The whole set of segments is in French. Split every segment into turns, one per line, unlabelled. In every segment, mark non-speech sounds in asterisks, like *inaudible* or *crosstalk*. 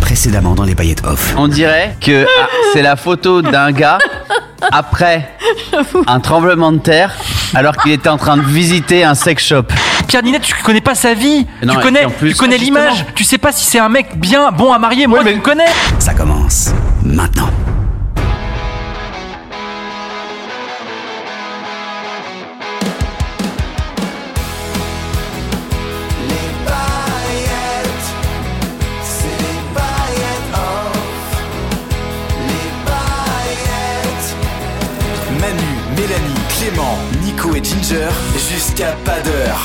Précédemment dans les paillettes off.
On dirait que ah, c'est la photo d'un gars après un tremblement de terre alors qu'il était en train de visiter un sex shop.
Pierre Ninette, tu connais pas sa vie.
Non,
tu
et
connais,
puis en plus-
tu connais
Ah, justement.
l'image. Tu sais pas si c'est un mec bien, bon à marier. Moi, je le connais.
Ça commence maintenant.
Manu, Mélanie, Clément, Nico et Ginger, jusqu'à pas d'heure.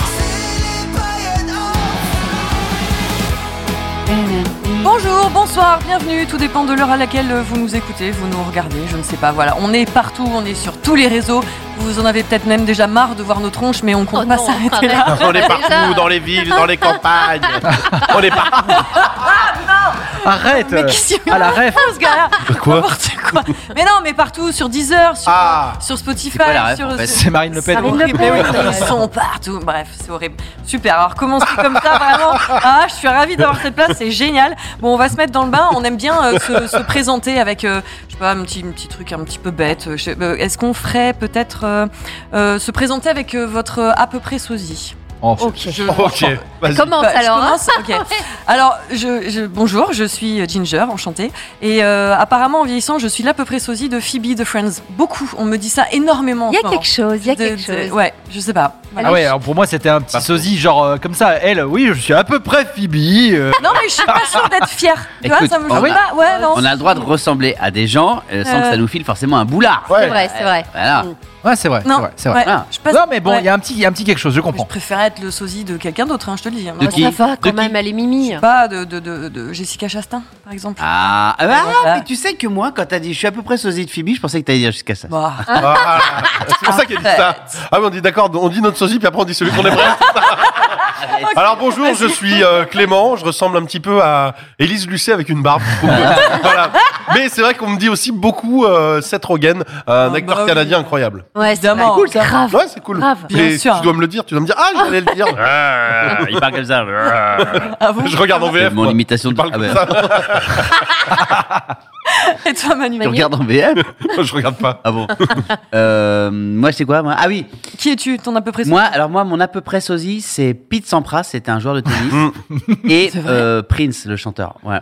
Bonjour, bonsoir, bienvenue, tout dépend de l'heure à laquelle vous nous écoutez, vous nous regardez, je ne sais pas, voilà. On est partout, on est sur tous les réseaux, vous en avez peut-être même déjà marre de voir nos tronches, mais on compte
Oh
pas
non,
s'arrêter
arrête.
Ah,
là.
On est partout, dans les villes, dans les campagnes. On est partout.
Arrête
euh.
Mais qu'est-ce qu'il y a
À la ref
ce gars-là
Quoi
N'importe quoi. Mais non, mais partout, sur Deezer, sur,
Ah.
sur Spotify,
quoi la ref,
sur...
en fait
sur-
Marine Le
c'est horrible, mais oui, ils sont partout. Bref, c'est horrible. Super. Alors commencer comme ça, vraiment. Ah, je suis ravie d'avoir cette place, c'est génial. Bon, on va se mettre dans le bain. On aime bien euh, se, se présenter avec, euh, je sais pas, un petit, un petit truc un petit peu bête. Je sais- euh, Est-ce qu'on ferait peut-être euh, euh, se présenter avec euh, votre euh, à peu près sosie
Ok.
Je-
Ok, vas-y.
Commence
bah, je
alors. hein.
commence Ok. Alors, je, je- bonjour, je suis Ginger, enchantée. Et euh, apparemment, en vieillissant, je suis l'à peu près sosie de Phoebe de Friends. Beaucoup, on me dit ça énormément. en
Il y a
ce moment.
quelque chose, il y a
De-
quelque
de-
chose.
ouais, je sais pas. Voilà.
Ah ouais, alors pour moi c'était un petit sosie, genre euh, comme ça, elle, oui, je suis à peu près Phoebe. euh.
Non, mais je suis pas sûre d'être fière. Tu vois,
Écoute,
ça me
on
joue
a-
pas. Ouais, non.
On a le droit de ressembler à des gens euh, sans que ça
Euh.
nous file forcément un boulard.
C'est vrai, c'est vrai.
Voilà.
Mm.
Ouais, c'est vrai, c'est
Non,
vrai. c'est vrai.
ouais,
Ah.
je passe-
Non, mais bon, il
ouais.
y, a un petit- il y a un petit quelque chose, je
Je
comprends.
préfère être le sosie de quelqu'un d'autre, hein, je te le dis. hein.
De
Moi,
qui
Ça va
De
quand
qui hein
même, elle est mimi.
Pas de, de, de, de Jessica Chastain, par exemple.
Ah, ah, bah,
Voilà.
mais tu sais que moi, quand t'as dit je suis à peu près sosie de Phoebe, je pensais que t'allais dire jusqu'à ça.
Bah,
Ah, c'est pour ça qu'il a dit ça. Ah oui, on dit d'accord, on dit notre sosie, puis après on dit celui qu'on aimerait. Alors bonjour, je suis euh, Clément, je ressemble un petit peu à Élise Lucet avec une barbe. je trouve. *laughs* voilà. Mais c'est vrai qu'on me dit aussi beaucoup euh, Seth Rogen,
Ah,
un acteur
bah oui.
canadien incroyable.
Ouais, c'est
Évidemment.
vrai.
Cool, ça.
Grave.
Ouais, c'est cool.
Grave.
Mais
Bien sûr.
tu dois me le dire, tu dois me dire, ah, j'allais le dire.
*laughs* Ah, Il parle comme ça.
ah bon
je regarde en
C'est
VF.
mon
moi.
imitation
Tu
de.
parles
Ah,
comme
bah,
ça
Et toi, Manu
tu regardes en VF
*laughs* Je regarde pas.
Ah bon *laughs* Euh, Moi, c'est quoi moi Ah oui,
Qui es-tu, ton à peu près sosie
Moi, alors moi, mon à peu près sosie, c'est Pete Sampras, c'était un joueur de tennis, et
C'est vrai
euh, Prince, le chanteur. Ouais.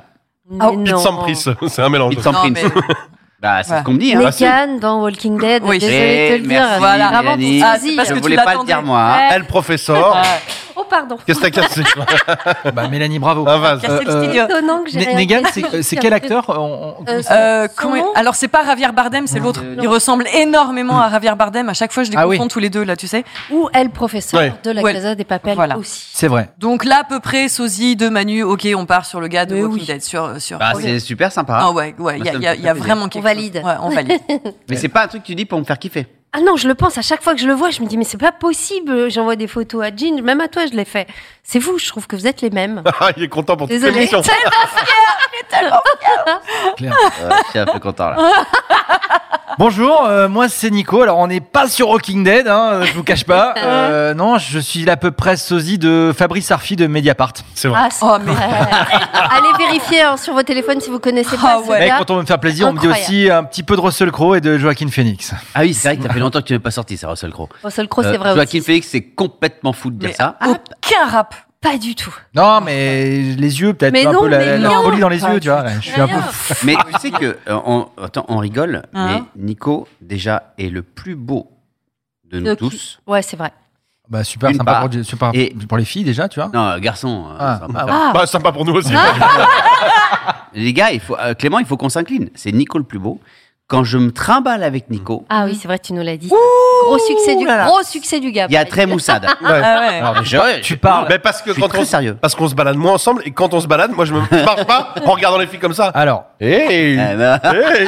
Ah,
Mais
Pete
non.
Sampras, *laughs* c'est un mélange.
Pete Sampras.
Non, mais-
Bah, c'est
Ouais.
ce qu'on me dit. Hein.
Ah,
Eh,
Negan dans Walking Dead.
Oui.
Eh,
Désolée de te le dire.
merci,
Voilà.
Vraiment ton
Mélanie.
Ah,
sosie.
c'est parce
Je
que tu
voulais pas le
l'attendais.
dire moi. hein.
Ouais.
Elle, professeur,
Ouais.
Oh, pardon.
qu'est-ce que t'as cassé
*laughs* Bah, Mélanie, bravo.
Un vase.
Casser le
Euh,
studio.
Étonnant que j'ai
Ne-
rien
Negan,
*laughs* fait.
c'est euh, c'est quel acteur on- on-
Euh,
Euh,
son
comment-
nom
Alors c'est pas Javier Bardem, c'est l'autre.
Euh, Mm.
Il ressemble énormément à Javier Bardem. À chaque fois, je les
Ah oui.
confonds tous les deux là, tu sais.
Ou elle, professeur
Ouais.
de la
Ouais.
Casa des Papels
Voilà.
aussi.
C'est vrai.
Donc là, à peu près sosie de Manu. Ok, on part sur le gars de
Mais
Walking
oui.
Dead, sur sur.
Bah, c'est super sympa.
Ah ouais, ouais. Il y a,
Moi, ça me fait
y a- y a
plaisir.
vraiment quelque
On valide.
chose. Ouais, on valide.
Mais c'est pas un truc que tu dis pour me faire *laughs* kiffer.
Ah non, je le pense à chaque fois que je le vois, je me dis mais c'est pas possible. J'envoie des photos à Jean, même à toi je l'ai fait. C'est vous, je trouve que vous êtes les mêmes.
Ah, *laughs* il est content pour toute
Désolée.
l'émission.
Euh, je suis un peu content là.
Bonjour, euh, moi c'est Nico. Alors on n'est pas sur Walking Dead, hein, euh, je vous
*laughs*
cache pas.
Ah.
Euh, non, je suis à peu près sosie de Fabrice Arfi de Mediapart.
C'est vrai.
Ah, c'est
Oh, mais-
vrai. Allez vérifier hein, sur vos téléphones si vous connaissez pas
Ah
ce
ouais.
Mais
gars.
quand on veut me faire plaisir, on me dit
Incroyable.
aussi un petit peu de Russell Crowe et de Joaquin Phoenix.
Ah oui, c'est vrai que ça fait longtemps que tu n'es pas sorti, ça, Russell Crowe.
Russell
Euh,
Crowe, Oh, c'est vrai
Joaquin
aussi.
Phoenix, c'est complètement fou de dire
Mais
ça. Ah,
aucun rap.
Pas du tout.
Non, mais les yeux, peut-être
Ah. Mais
un
non,
peu la,
mais
la
non.
folie dans les
Ah,
yeux, tu vois. Je suis un peu.
mais tu sais que. euh, on, attends, on rigole,
Hein
mais Nico, déjà, est le plus beau de nous
De qui
tous.
Ouais, c'est vrai.
Bah, super
Une
sympa,
part.
pour, super
Et-
pour les filles déjà, tu vois.
Non, euh, garçon. euh,
Ah,
c'est un peu
ah,
ça.
Ah,
Bah, sympa pour nous aussi.
Les gars, il faut, euh, Clément, il faut qu'on s'incline. C'est Nico le plus beau. quand je me trimballe avec Nico,
Ah oui, c'est vrai, tu nous l'as dit. gros succès du
là là.
gros succès du gars.
il y a
pareil.
très moussade.
*laughs* Ah ouais.
Alors, déjà,
Tu parles.
Ah, Mais parce que
Je suis
quand
très
on
sérieux.
parce qu'on se balade moins ensemble et quand on se balade, moi je me je marche pas en regardant les filles comme ça.
Alors, Euh,
Hey,
Eh ben,
hey.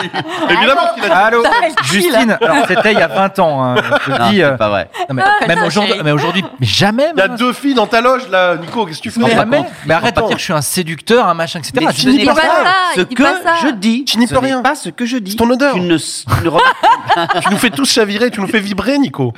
évidemment qu'il a
allô,
elle crie,
Justine. Alors, c'était il y a 20 ans. hein, je te
non,
dis, euh,
c'est pas vrai.
non, mais,
Ah,
Appelle
même
ça,
aujourd'hui,
chérie.
mais aujourd'hui, mais jamais.
Il y a
même.
deux filles dans ta loge là, Nico, qu'est-ce que tu fais
Mais,
rends pas
jamais.
compte.
mais arrête
Attends.
de dire que je suis un séducteur, un machin, etc.
Mais
Tu
ce
dis-
dis
n'est
pas
pas,
ça, il
ce
dit
que
pas ça.
je dis.
Tu n'y
ce
peux
n'est
rien.
pas ce que je dis.
C'est ton odeur.
Tu ne, s- tu ne remarques,
Tu nous fais tous chavirer, tu nous fais vibrer Nico.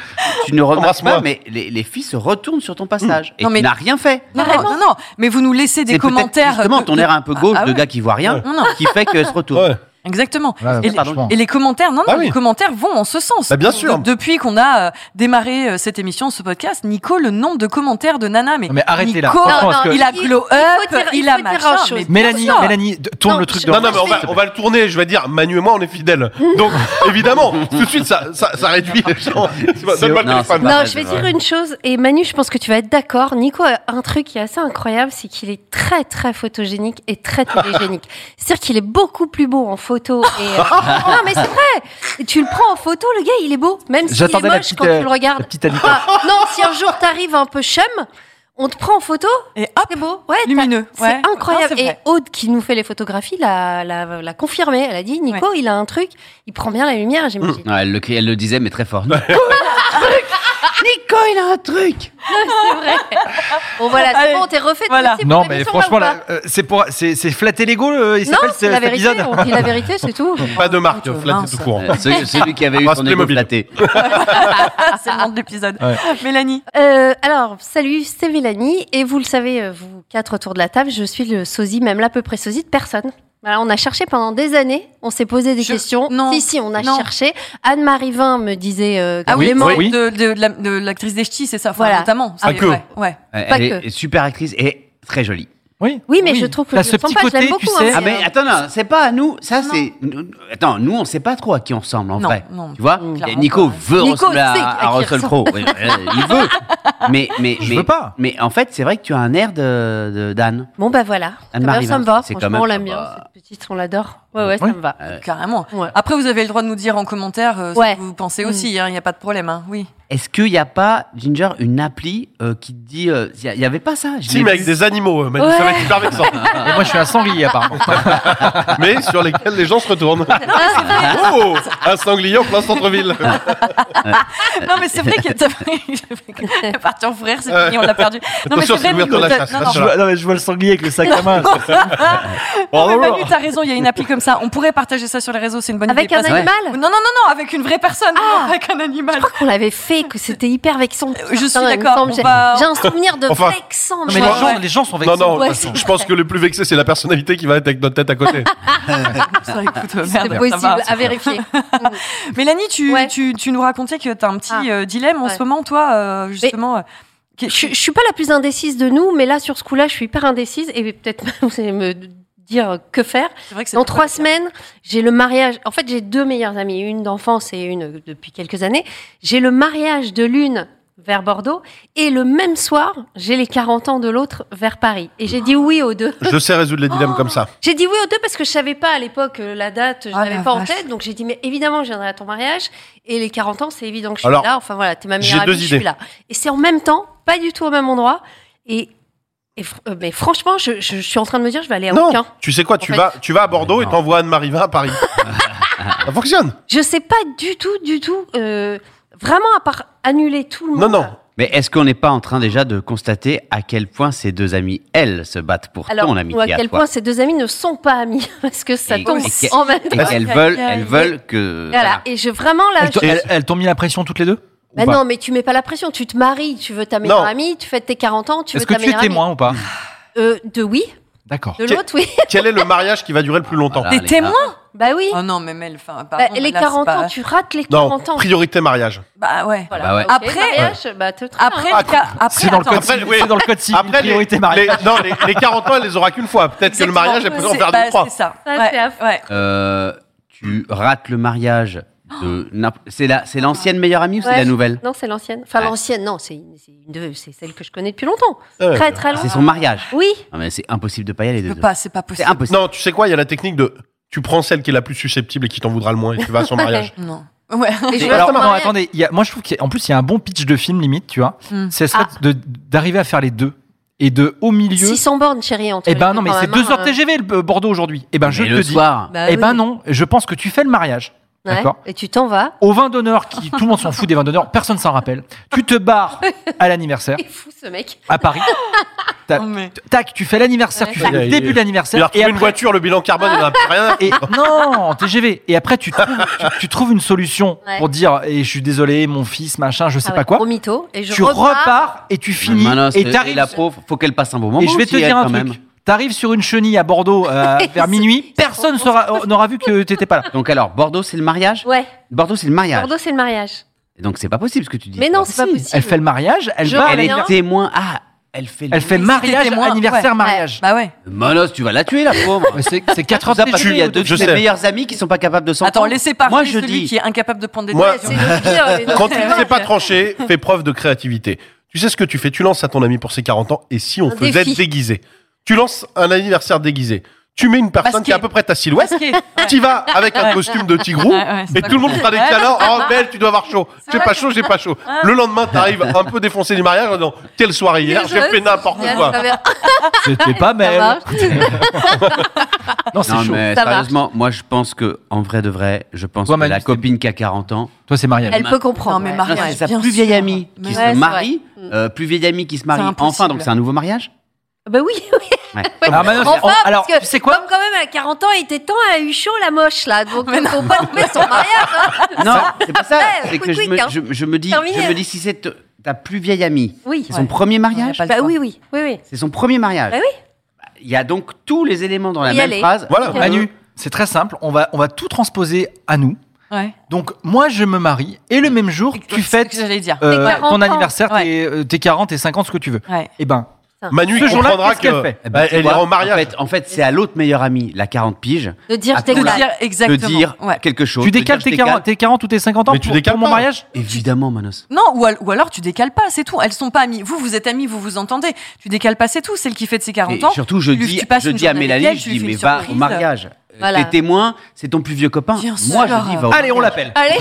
tu ne remarques
Embrasse-moi.
pas, mais les, les filles se retournent sur ton passage. Et
Non, mais-
tu n'as rien fait.
Non, non, non, non, mais vous nous laissez des
C'est peut-être
commentaires.
Justement,
de-
ton
de-
air un peu
Ah,
gauche,
ah
de
ouais,
gars qui voit rien,
Non, non.
qui fait qu'elle se retourne.
Ouais.
Exactement.
Ouais,
et,
franchement.
les, et les commentaires, non, non,
Bah oui.
les commentaires vont en ce sens.
Bah, bien sûr.
De- depuis qu'on a euh, démarré euh, cette émission, ce podcast, Nico, le nombre de commentaires de Nana, mais,
Non, mais arrêtez là.
Nico,
Franchement,
Non,
parce
non,
que-
il a
Il-
glow
il
up,
faut dire-
il
il
a
faut dire
machin.
un chose.
mais bien
Mélanie,
sûr.
Mélanie, de- tourne
Non,
le truc
je-
dans
Non, non, mais on va, on va le tourner. Je vais dire, Manu et moi, on est fidèles. Donc, évidemment, tout de suite, ça, ça, ça réduit les gens. C'est pas- Donne-moi le
Non,
téléphone.
c'est pas-
Non,
Ouais,
je vais
c'est
dire
vrai.
une chose, et Manu, je pense que tu vas être d'accord. Nico a un truc qui est assez incroyable, c'est qu'il est très, très photogénique et
*laughs*
très télégénique. C'est-à-dire qu'il est beaucoup plus beau en photo. Et... euh, non, mais c'est vrai Tu le prends en photo, le gars, il est beau, même s'il est
J'attendais la
moche
petite,
quand
euh,
tu le regardes.
la petite Anita.
Ah, non, si un jour t'arrives un peu chum, on te prend en photo,
Et hop,
c'est beau. Ouais, t'as-
lumineux.
C'est
ouais.
incroyable.
Non, c'est
et
vrai.
Aude, qui nous fait les photographies, l'a, l'a, l'a confirmé. Elle a dit Nico, il a un truc, il prend bien la lumière, j'imagine.
Ouais, elle, le, crie- elle le disait, mais très fort. Nico, il a un truc Nico, il a un truc
Bon, voilà, c'est
Allez,
bon, t'es refait. toi
Ah voilà.
aussi pour
Non, mais
l'émission,
franchement,
là, ou
là, euh, c'est pour, c'est, c'est flatter l'ego, le- euh, il
pas non,
s'appelle
c'est
ce-
la
cet
vérité.
épisode.
On dit la vérité, c'est tout.
Pas de marque,
Mince.
flatté tout court.
Euh, ce- Celui qui avait
*laughs*
eu
Ah,
son égo
Playmobil.
flatté.
Ah, c'est le nom de l'épisode.
Ouais.
Mélanie,
Euh, alors, salut, c'est Mélanie. Et vous le savez, euh, vous quatre autour de la table, je suis le sosie, même l'à peu près sosie de personne. Voilà, on a cherché pendant des années, on s'est posé des
Je-
questions.
non,
si, si, on a
non.
cherché. Anne-Marie Vin me disait euh,
ah oui,
Clément.
oui. de, de- de la- de l'actrice des ch'tis, c'est ça, enfin,
Voilà.
notamment.
Ah,
c'est-
que.
ouais, ouais.
Euh,
Pas
Elle
que.
est super actrice et très jolie.
Oui.
Oui, mais je trouve que
T'as
je
ce
le sens
petit
pas, je
côté,
l'aime
tu
beaucoup,
sais.
hein.
Ah mais attends, non, c'est pas à nous, ça c'est... nous- Attends, nous on sait pas trop à qui on ressemble en
Non,
vrai.
non,
tu vois
clairement
Nico
pas.
veut
Nico
ressembler à,
sait à
à
qui il
Russell Crowe. Oui, euh, il
*laughs*
veut. Mais, mais,
Je
mais,
veux pas.
Mais en fait, c'est vrai que tu as un air de, de- d'Anne.
Bon, bah voilà. Très bien,
Anne-Marie
ça me
Vin,
va.
c'est quand
Franchement,
même
on l'aime bien.
pas-
Cette petite, on l'adore. Ouais, ouais, ça
Oui.
me va.
Carrément.
Ouais.
Après, vous avez le droit de nous dire en commentaire euh,
Ouais. Mm.
ce que vous pensez aussi, il n'y a pas de problème. hein, Oui.
Est-ce qu'il n'y a pas, Ginger, une appli euh, qui te dit... euh, Il n'y avait pas ça. je l'ai
Si, mais avec
vu.
des animaux, euh, Manu, ça va être super vexant.
Et ah, moi, je suis un sanglier, apparemment.
mais sur lesquels les gens se retournent. oh Un sanglier en plein centre-ville.
Non, mais c'est vrai que t'as fait partir en frère, c'est fini, on l'a perdu. Non, mais
*laughs* Attention,
c'est vrai,
c'est l'ouverture de la
Nicolas,
chasse,
non,
attention.
non.
*laughs* Je vois- non, mais je vois le sanglier avec le sac à
*laughs*
main.
Non, mais
Oh,
Manu, t'as raison, il y a une appli comme ça. On pourrait partager ça sur les réseaux, c'est une bonne
Avec
idée.
un
parce-
Ouais.
animal Ah.
Non, non, non, non, avec une vraie personne, non, *laughs* avec un animal.
Je crois qu'on l'avait fait, que c'était hyper vexant.
Euh, je suis
Putain, il me
d'accord,
semble,
on
J'ai
va-
j'ai un souvenir de
Enfin,
vexant.
Non,
mais
mais les
ouais.
gens, les gens sont
Non,
vexés.
non,
Ouais,
je pense que le plus vexé, c'est la personnalité qui va être avec notre tête à côté.
Ça, écoute, euh, merde,
C'est
ça
possible,
va. *laughs*
à vérifier.
Mélanie, tu,
Ouais.
tu, tu nous racontais que t'as un petit
Ah.
euh, dilemme en
Ouais.
ce moment, toi, euh, justement. euh, qui-
je, je suis pas la plus indécise de nous, mais là, sur ce coup-là, je suis hyper indécise et peut-être *laughs* même vous allez me dire que faire.
c'est vrai que c'est
Dans
pas
trois
le cas.
semaines, j'ai le mariage. En fait, j'ai deux meilleures amies, une d'enfance et une euh, depuis quelques années. J'ai le mariage de l'une vers Bordeaux et le même soir, j'ai les 40 ans de l'autre vers Paris. Et j'ai dit oui aux deux.
Je sais résoudre les dilemmes comme ça.
J'ai dit oui aux deux parce que je savais pas à l'époque euh, la date, je
Ah,
l'avais
la
pas en
vache.
tête. Donc j'ai dit mais évidemment je viendrai à ton mariage et les 40 ans c'est évident que je suis
Alors,
là. Enfin voilà, t'es ma meilleure
j'ai deux
amie, je suis
idées.
là. Et c'est en même temps, pas du tout au même endroit. Et, et fr- euh, mais franchement, je, je- je suis en train de me dire je vais aller à
Non,
aucun.
tu sais quoi, tu
fait.
vas, tu vas à Bordeaux et
Non.
t'envoies Anne-Marie Vin
*laughs*
à Paris. ça fonctionne.
Je sais pas du tout, du tout. euh, vraiment à part annuler tout le
Non,
monde.
non.
Mais est-ce qu'on n'est pas en train déjà de constater à quel point ces deux amies, elles, se battent pour
Alors,
ton amitié
ou à quel
toi
point ces deux amis ne sont pas amis *laughs* parce que ça
Et-
tombe
et que-
en même temps.
Et qu'elles veulent, elles veulent que...
Voilà. Et je vraiment là.
Elles t'ont-
je-
Elles elles t'ont mis la pression toutes les deux Ou
Bah
pas
non, mais tu mets pas la pression. Tu te maries, tu veux ta meilleure
Non.
amie, tu fêtes tes 40 ans, tu veux
Est-ce que
ta
tu es
meilleure amie.
témoin ou pas
Euh, de oui,
D'accord.
de
T'es-
l'autre oui. *laughs*
Quel est le mariage qui va durer le plus longtemps
Voilà,
T'es
les gars.
témoin
hein.
bah oui.
Oh non, mais Mel, enfin,
Bah,
pardon. mais
les
là, c'est
40
pas-
ans, tu rates les
Non,
40 ans.
priorité mariage.
Bah ouais.
Voilà.
Bah ouais.
Ok,
Après- euh,
mariage, bah te traîne,
Après,
hein.
le ca- après,
C'est dans le
attends.
code
Après,
civil.
oui.
C'est dans le code civil.
Après, les-
Priorité mariage.
les- non, les, les 40 ans, elles les aura qu'une fois. Peut-être que le mariage, elles peuvent en
C'est-
faire
bah,
deux, trois.
C'est ça.
Ça,
Ouais,
c'est affreux.
ouais.
Euh, tu rates le mariage de... n'imp- C'est la, c'est l'ancienne meilleure amie ou
hein. Ouais.
c'est la nouvelle
Non, c'est l'ancienne. Enfin,
Ouais.
l'ancienne, non, c'est une- c'est une de- c'est celle que je connais depuis longtemps.
Ouais.
Très, très
Ah, C'est
longtemps.
son mariage.
Oui.
Non, mais c'est impossible de pas y aller.
Je
les
peux
deux.
pas, c'est pas
C'est
possible.
impossible.
Non, tu sais quoi, il y a la technique de tu prends celle qui est la plus susceptible et qui t'en voudra le moins et tu vas à son mariage.
Non. *laughs* Ouais.
Et je vais
Alors,
à son
non,
mariage.
attendez, il y a- moi je trouve qu'en plus il y a un bon pitch de film limite, tu vois.
Hmm.
C'est
Ah.
serait de- d'arriver à faire les deux et de au milieu.
600 bornes, chérie, entre
Eh
les
ben
deux,
non, mais
quand
c'est
même,
deux heures
hein.
TGV le euh, Bordeaux aujourd'hui. Eh ben je
Mais
te
le
dis.
soir.
Bah
eh ben
oui.
non, je pense que tu fais le mariage.
Ouais.
D'accord.
Et tu t'en vas.
Au vin d'honneur, qui tout le monde s'en fout des vins d'honneur, personne s'en rappelle. Tu te barres à l'anniversaire
*laughs* Il est fou ce mec.
à Paris.
Euh,
T'as-
Non, mais-
Tac, tu fais l'anniversaire, tu fais
Il a-
le
il-
début de
Il a
l'anniversaire et
retrouvé une
après
voiture, le bilan carbone, il n'a plus rien.
*laughs*
et non, en TGV. Et après, tu trouves, tu, tu trouves une solution
Ouais.
pour dire, et je suis désolé, mon fils, machin, je sais
Ah ouais,
pas quoi.
Gros mytho. Et je
tu repars et tu finis
Manos,
et
et
t'arrives.
la pauvre, faut qu'elle passe un bon moment.
Et je vais te
aussi, elle,
dire un
quand
truc.
même.
T'arrives sur une chenille à Bordeaux
*laughs*
euh, vers minuit. Personne saura- n'aura vu que t'étais pas là.
Donc alors, Bordeaux, c'est le mariage
Ouais.
Bordeaux, c'est le mariage.
Bordeaux, c'est le mariage.
Et Donc c'est pas possible ce que tu dis. Bah,
Mais non, c'est pas
Si,
possible.
Elle fait le mariage. Elle
Je
va.
Elle
rien.
est témoin. Ah, elle fait. le-
Elle fait mariage,
témoin,
anniversaire,
ouais.
mariage.
Bah ouais.
Manos, tu vas la tuer la
*laughs*
pauvre.
Ouais, C'est c'est 4 heures
Tout ça parce
TGV,
qu'il y a deux
Je
de mes
sais.
meilleurs amis qui sont pas capables de s'entendre.
Attends, laissez parler
Moi, je
celui
dis.
qui est incapable de prendre des
Moi-
décisions.
C'est le pire,
*laughs*
mais non,
Quand
*laughs*
tu
c'est
ne
vrai.
sais pas trancher, fais preuve de créativité. Tu sais ce que tu fais, tu lances à ton ami pour ses 40 ans et si on
Un
faisait
défi.
déguisé Tu lances un anniversaire déguisé. Tu mets une personne
Masqué.
qui est à peu près ta silhouette.
Masqué. *laughs* Ouais.
Tu vas avec un costume de tigrou
Ouais, ouais, c'est
et
pas
tout le monde
cool.
fera des
Ouais. *laughs*
câlins. Oh, belle, tu dois avoir chaud. J'ai
vrai
pas chaud, j'ai pas chaud. Le lendemain, t'arrives un peu défoncé du mariage en disant Quelle soirée hier, j'ai
Désolée,
fait n'importe
c'est
quoi.
génial, ça
C'était pas *laughs* belle.
marche. Ça marche.
Non, c'est
Non
chaud.
mais
Ça
sérieusement, moi je pense que en vrai de vrai, je pense
Toi,
que
Manu,
la
c'est-
copine qui a 40 ans,
Toi, c'est mariage.
Elle peut comprendre.
Non, mais
Ah ouais.
Marie-
non,
Ouais,
c'est sa
bien
plus vieille
sûr.
amie qui
Mais
se
ouais, c'est Mm.
marie, euh, plus vieille amie qui se marie
impossible.
enfin, donc c'est un nouveau mariage.
Bah oui, oui. *laughs*
Ouais.
Alors, Manos,
Enfin,
on- alors,
parce que
tu sais quoi
Comme quand même à 40 ans, il était temps à eu chaud la moche là, donc il faut pas louper son mariage. hein.
Non, c'est pas ça.
Ouais,
C'est que
quick,
je me,
quick, hein.
je, je me dis,
Terminé.
je me dis si c'est te- ta plus vieille amie,
Oui.
c'est son premier mariage.
pas le
Bah
choix.
oui, oui, oui, oui.
C'est son premier mariage.
Bah oui.
Il y a donc tous les éléments dans la
Y
même
aller.
phrase.
Voilà.
Ok.
Manu, c'est très simple. On va, on va tout transposer à nous.
Ouais.
Donc, moi, je me marie et le même jour, tu
C'est ce que
fêtes
j'allais dire.
euh,
Tes 40
ton
ans.
anniversaire,
Ouais.
tes, euh, tes 40 et 50, ce que tu veux.
Ouais.
Eh ben,
Manu,
Ce
il
jour-là,
comprendra
qu'est-ce qu'elle
que-
fait
Eh ben,
bah,
tu
Elle
vois,
ira en mariage.
En fait, en fait, c'est à l'autre meilleure amie, la 40 piges,
De dire
Ah,
je t'aime.
cool.
dire
de
exactement.
dire
Ouais.
quelque chose.
Tu
de
décales
dire,
tes
je décale.
40, tes 40 ou tes 50 ans
Mais tu
pour,
décales
pour mon
pas.
mariage
Évidemment, Manos.
Non, ou, al- ou alors tu décales pas, c'est tout. Elles sont pas amies. Vous, vous êtes amies, vous vous entendez. Tu décales pas, c'est tout. Celle qui fait de ses 40
Et
ans.
surtout, je
tu lui-
dis,
tu passes
je
une
dis à
journée avec
Mélanie,
elle,
je
tu lui
dis,
fais
mais
une
va au
surprise.
mariage. Euh,
Voilà.
T'es témoin, c'est ton plus vieux copain.
Bien sûr.
Moi, je dis,
Oh.
va au
Allez, on l'appelle.
Allez,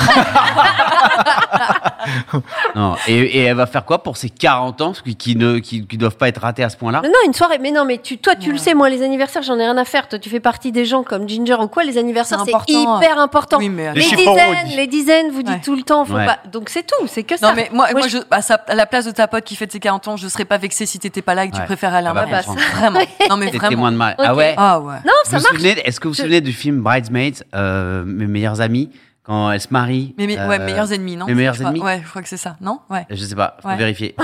Non, et, et elle va faire quoi pour ses 40 ans, parce qu'ils- qui ne qui, qui doivent pas être ratés à ce point-là
Mais Non, une soirée. Mais non, mais tu, toi, tu le sais, moi, les anniversaires, j'en ai rien à faire. Toi, tu fais partie des gens comme Ginger ou quoi. Les anniversaires,
C'est
c'est
important.
hyper important.
Oui, mais-
les,
Les chiffres en haut,
dizaines,
dis.
les dizaines, vous dites
Ouais.
tout le temps. Faut
Ouais.
pas... Donc, c'est tout. C'est que ça.
Non, mais moi, moi, je,
je-
à, sa- à la place de ta pote qui fait de ses 40 ans, je serais pas vexée si t'étais pas là et que
Ouais.
tu préfères aller à
Ah bah,
un mariage.
comprends.
*laughs* Vraiment. Non, mais
T'es
vraiment.
témoin de mariage. Ah ouais
Ah ouais.
Non,
Vous
ça
vous
marche.
souvenez, est-ce que vous vous
Je-
souvenez du film Bridesmaids, euh, mes meilleurs amis, quand elles se marient
Mais, mais-
euh,
ouais, meilleurs ennemis, non
les meilleurs
Je crois-
ennemis.
Ouais, je crois que c'est ça. Non Ouais.
Je sais pas, faut
Ouais. *laughs*
vérifier.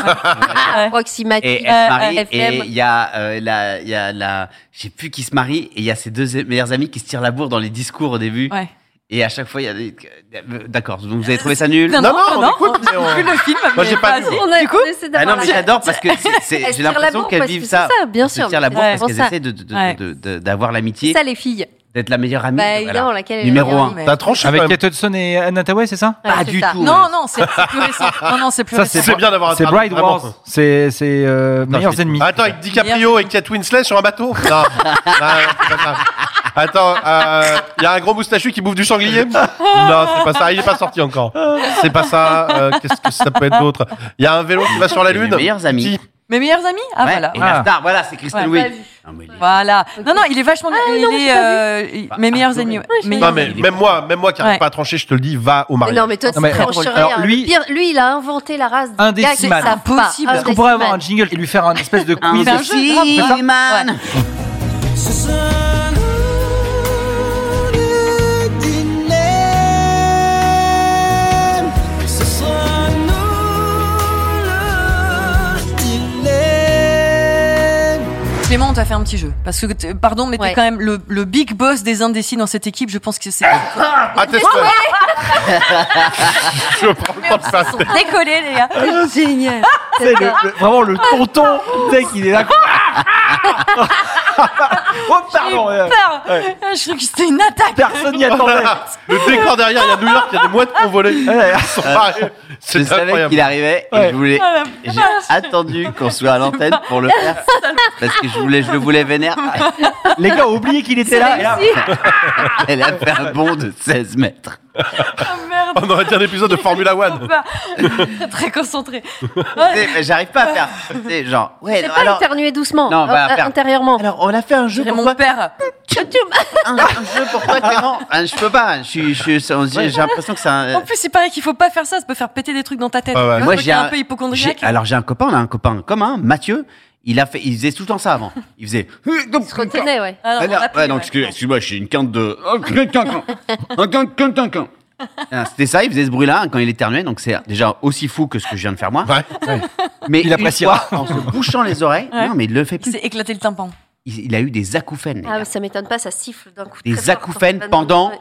Approximatif.
Et elle se marie,
euh, FM.
et il y a euh, la, il y a la, je sais plus qui se marie, et il y a ses deux meilleurs amis qui se tirent la bourre dans les discours au début.
Ouais.
Et à chaque fois, il y a des, d'accord. Donc vous avez trouvé ça nul
Non,
Non, non, on
non,
écoute, mais
Plus
on-
le film.
Moi, j'ai
mais
pas vu.
assez.
On a
Du coup,
essayé
Ah
d'avoir
non, mais
la-
j'adore parce que c'est- c'est-
Elles
j'ai
tirent la
l'impression
bourre
qu'elles
parce
vivent
que
ça.
c'est ça, bien
Elles se
sûr.
tirent la bourre
Ouais.
parce qu'elles
C'est ça.
essaient de- de- de-
Ouais.
de- de- d'avoir l'amitié,
Ça, les filles.
d'être la meilleure amie.
Bah,
Mmh, Voilà.
évidemment, laquelle est la
Numéro
meilleure
un.
amie
T'as tranché quand
Avec
même.
Kate Hudson et Anna Hathaway, c'est ça
Ouais,
Pas
c'est
du
ça.
tout.
Non, non, c'est c'est plus récent. Non, non, c'est plus
Ça,
récent.
C'est bien d'avoir un
C'est
traduit,
Bride
vraiment.
Wars. C'est c'est, euh,
Putain, je
meilleurs
vais-
ennemis.
Attends, avec DiCaprio et Kate Winslet sur un bateau Non, non, non, c'est pas ça. Attends, il y a un gros moustachu qui bouffe du sanglier Non, c'est pas ça. Il est pas sorti encore. C'est pas ça. euh, Qu'est-ce que ça peut être d'autre Il y a un vélo qui va sur la
Et mes
lune.
meilleurs amis.
Si.
Mes meilleurs amis Ah,
Ouais,
voilà.
Et la
Ah.
star, voilà, c'est Kristen
Ouais.
Wiig.
Pas
Ah, mais il est-
Voilà. Non, non, il est vachement
Ah,
bien. il est. euh, il-
Bah,
mes meilleurs
adoré.
ennemis.
Ouais,
je
Meilleurs
Non mais
ennemis.
même moi, même moi qui n'arrive
Ouais.
pas à trancher, je te le dis, va au
Mais
mariage.
non, mais toi,
Non, mais-
tu tranches
Alors,
rien.
lui-
Le pire, lui, il a inventé la race.
Un
gars qui
décimane.
savent pas.
Impossible.
Un
Est-ce
Est-ce qu'on pourrait avoir un
décimane.
jingle et lui faire un espèce de
Un
quiz
c'est un jeu, grave, c'est ça.
Seaman.
Clément, on t'a fait un petit jeu. Parce que, t'es- pardon, mais
Ouais.
t'es quand même le, le big boss des indécis dans cette équipe. Je pense que c'est.
Ah, t'es seul. *laughs* Je prends le temps de faire ça.
Décollé, les gars.
Ah, Génial.
C'est le- le- vraiment le tonton, tu sais qu'il est là. *laughs* oh
J'ai eu
pardon. euh,
peur.
ouais.
Je crois que c'était une attaque.
Personne n'y attendait.
Le décor derrière, il y a New York, il y a des mouettes qui ont volé.
Ouais.
Ils sont pareils.
Je
C'est
savais
incroyable.
qu'il arrivait et
Ouais.
je voulais.
Ah, la
J'ai attendu qu'on soit à l'antenne pour le faire parce que je voulais, je le voulais vénère.
Les gars ont oublié qu'il était là. et là,
Elle a fait un bond de 16 mètres.
Ah, merde.
On aurait dit un épisode de Formula
Faut
One.
pas. Très, Très concentré.
Tu sais, mais J'arrive pas à
*laughs*
faire. tu sais, genre. Ouais.
C'est
non,
pas
alors,
éternuer doucement,
Non, on va
euh,
faire-
intérieurement.
alors, on a fait un jeu
J'ai
pour
mon
toi.
père.
*laughs* un, un jeu pour toi, Clément. Ah, Je peux pas. Je suis- je suis- J'ai j'ai l'impression que c'est un. euh,
En plus, il paraît qu'il faut pas faire ça, ça peut faire péter des trucs dans ta tête.
Ah ouais.
Un
Moi,
truc
j'ai
un
un-
peu
J'ai-
hypochondriaque.
Alors j'ai un copain, on a un copain commun, Mathieu. Il a fait, il faisait tout le temps ça avant. Il faisait. *laughs*
Il se retenait, ouais.
Ah,
Ah non, on
non,
l'a plus,
ouais, non,
ouais.
excuse- excuse-moi, je suis une quinte de. Ah, C'était ça, il faisait ce bruit-là hein, quand il éternuait, donc c'est déjà aussi fou que ce que je viens de faire moi.
Ouais.
Mais
Il
une
appréciera.
fois, en se bouchant les oreilles, non, mais il le fait
Il
plus.
s'est éclaté le tympan. *laughs*
Il, il a eu des acouphènes. les
Ah,
gars.
mais ça m'étonne pas, ça siffle d'un coup.
Des
très fort quand
acouphènes
ça va-
pendant-
Ouais.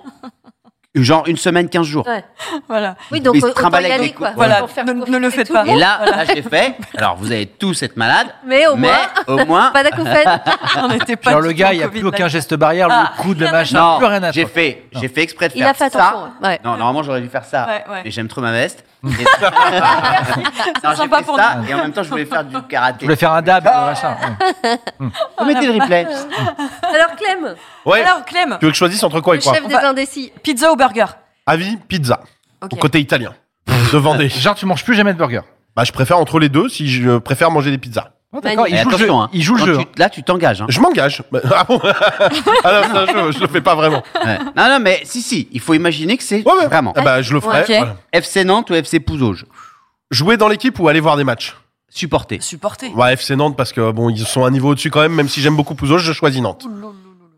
Genre une semaine, 15 jours.
Ouais.
Voilà.
Oui, donc euh,
Il se
autant y
trimballe avec
aller,
des
quoi.
coups.
Voilà,
pour faire
ne- ne
profiter
le faites
tout
pas.
monde.
Et là, là j'ai fait. Alors vous avez tous être malade,
Mais au
mais
moins,
au moins.
*laughs* pas d'acouphènes.
On n'était pas
Genre
du
le
tout
gars,
au
il n'y a
Covid,
plus aucun
là.
geste barrière,
Ah,
le coup de machin,
Non,
plus rien à
j'ai
faire.
fait, j'ai fait exprès de
Il
faire
a fait
ça.
attention. Ouais.
Non, normalement j'aurais dû faire ça.
Ouais, ouais.
Mais j'aime trop ma
*laughs*
veste. Et-
C'est
Non, j'ai
sympa
fait
pour
ça,
nous.
et en même temps je voulais faire
*laughs*
du karaté.
Je voulais faire un dab, euh,
Ah.
machin. ouais.
Remettez le replay.
Alors Clem,
Ouais.
Alors, Clem,
Tu veux que je choisisse entre quoi et
le
quoi
chef des indécis.
pizza ou burger
Avis, pizza.
Ok.
Au côté italien. De Vendée.
Genre, tu manges plus jamais de burger.
Bah, je préfère entre les deux si je préfère manger des pizzas.
Oh, d'accord,
Manu.
il
Et
joue le jeu.
attention, hein.
Il joue le
Quand
jeu.
tu- là tu t'engages. hein.
Je m'engage. *laughs* Bah, Ah bon Ah non, c'est un jeu, je le fais pas vraiment.
Ouais. Non, non, mais si, si, il faut imaginer que c'est
Ouais, ouais.
vraiment.
Ah bah, je le ferai.
Ok.
voilà.
FC Nantes ou FC Pouzauge
Jouer dans l'équipe ou aller voir des matchs
Supporter.
Supporter.
Ouais, FC Nantes parce que bon, ils sont un niveau au-dessus quand même. Même si j'aime beaucoup Pouzo, je choisis Nantes.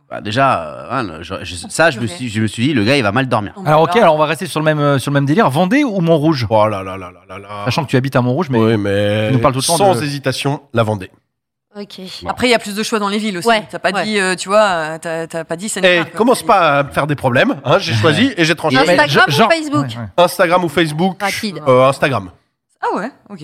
Bah, déjà, euh, hein, le- je- je- ça, je me,
Ok.
suis, je me suis dit, le gars, il va mal dormir.
On
Alors, ok,
verra.
alors on va rester sur le même, euh, sur le même délire. Vendée ou Montrouge
Oh là là là là là là.
Sachant que tu habites à Montrouge, mais.
Oui, mais
Tu nous parles tout le temps
sans
de-
hésitation, la Vendée.
Ok.
Après, il y a plus de choix dans les villes aussi.
Ouais.
T'as pas
Ouais.
dit, euh, tu vois, euh, t'as t'as pas dit ça.
Et Eh, commence pas à me faire des problèmes. hein, j'ai choisi et j'ai tranché.
Ouais.
Mais je-
Instagram
genre-
ou Facebook
Ouais, ouais.
Instagram ou Facebook
Rapide.
euh, Instagram.
Ah ouais, ok.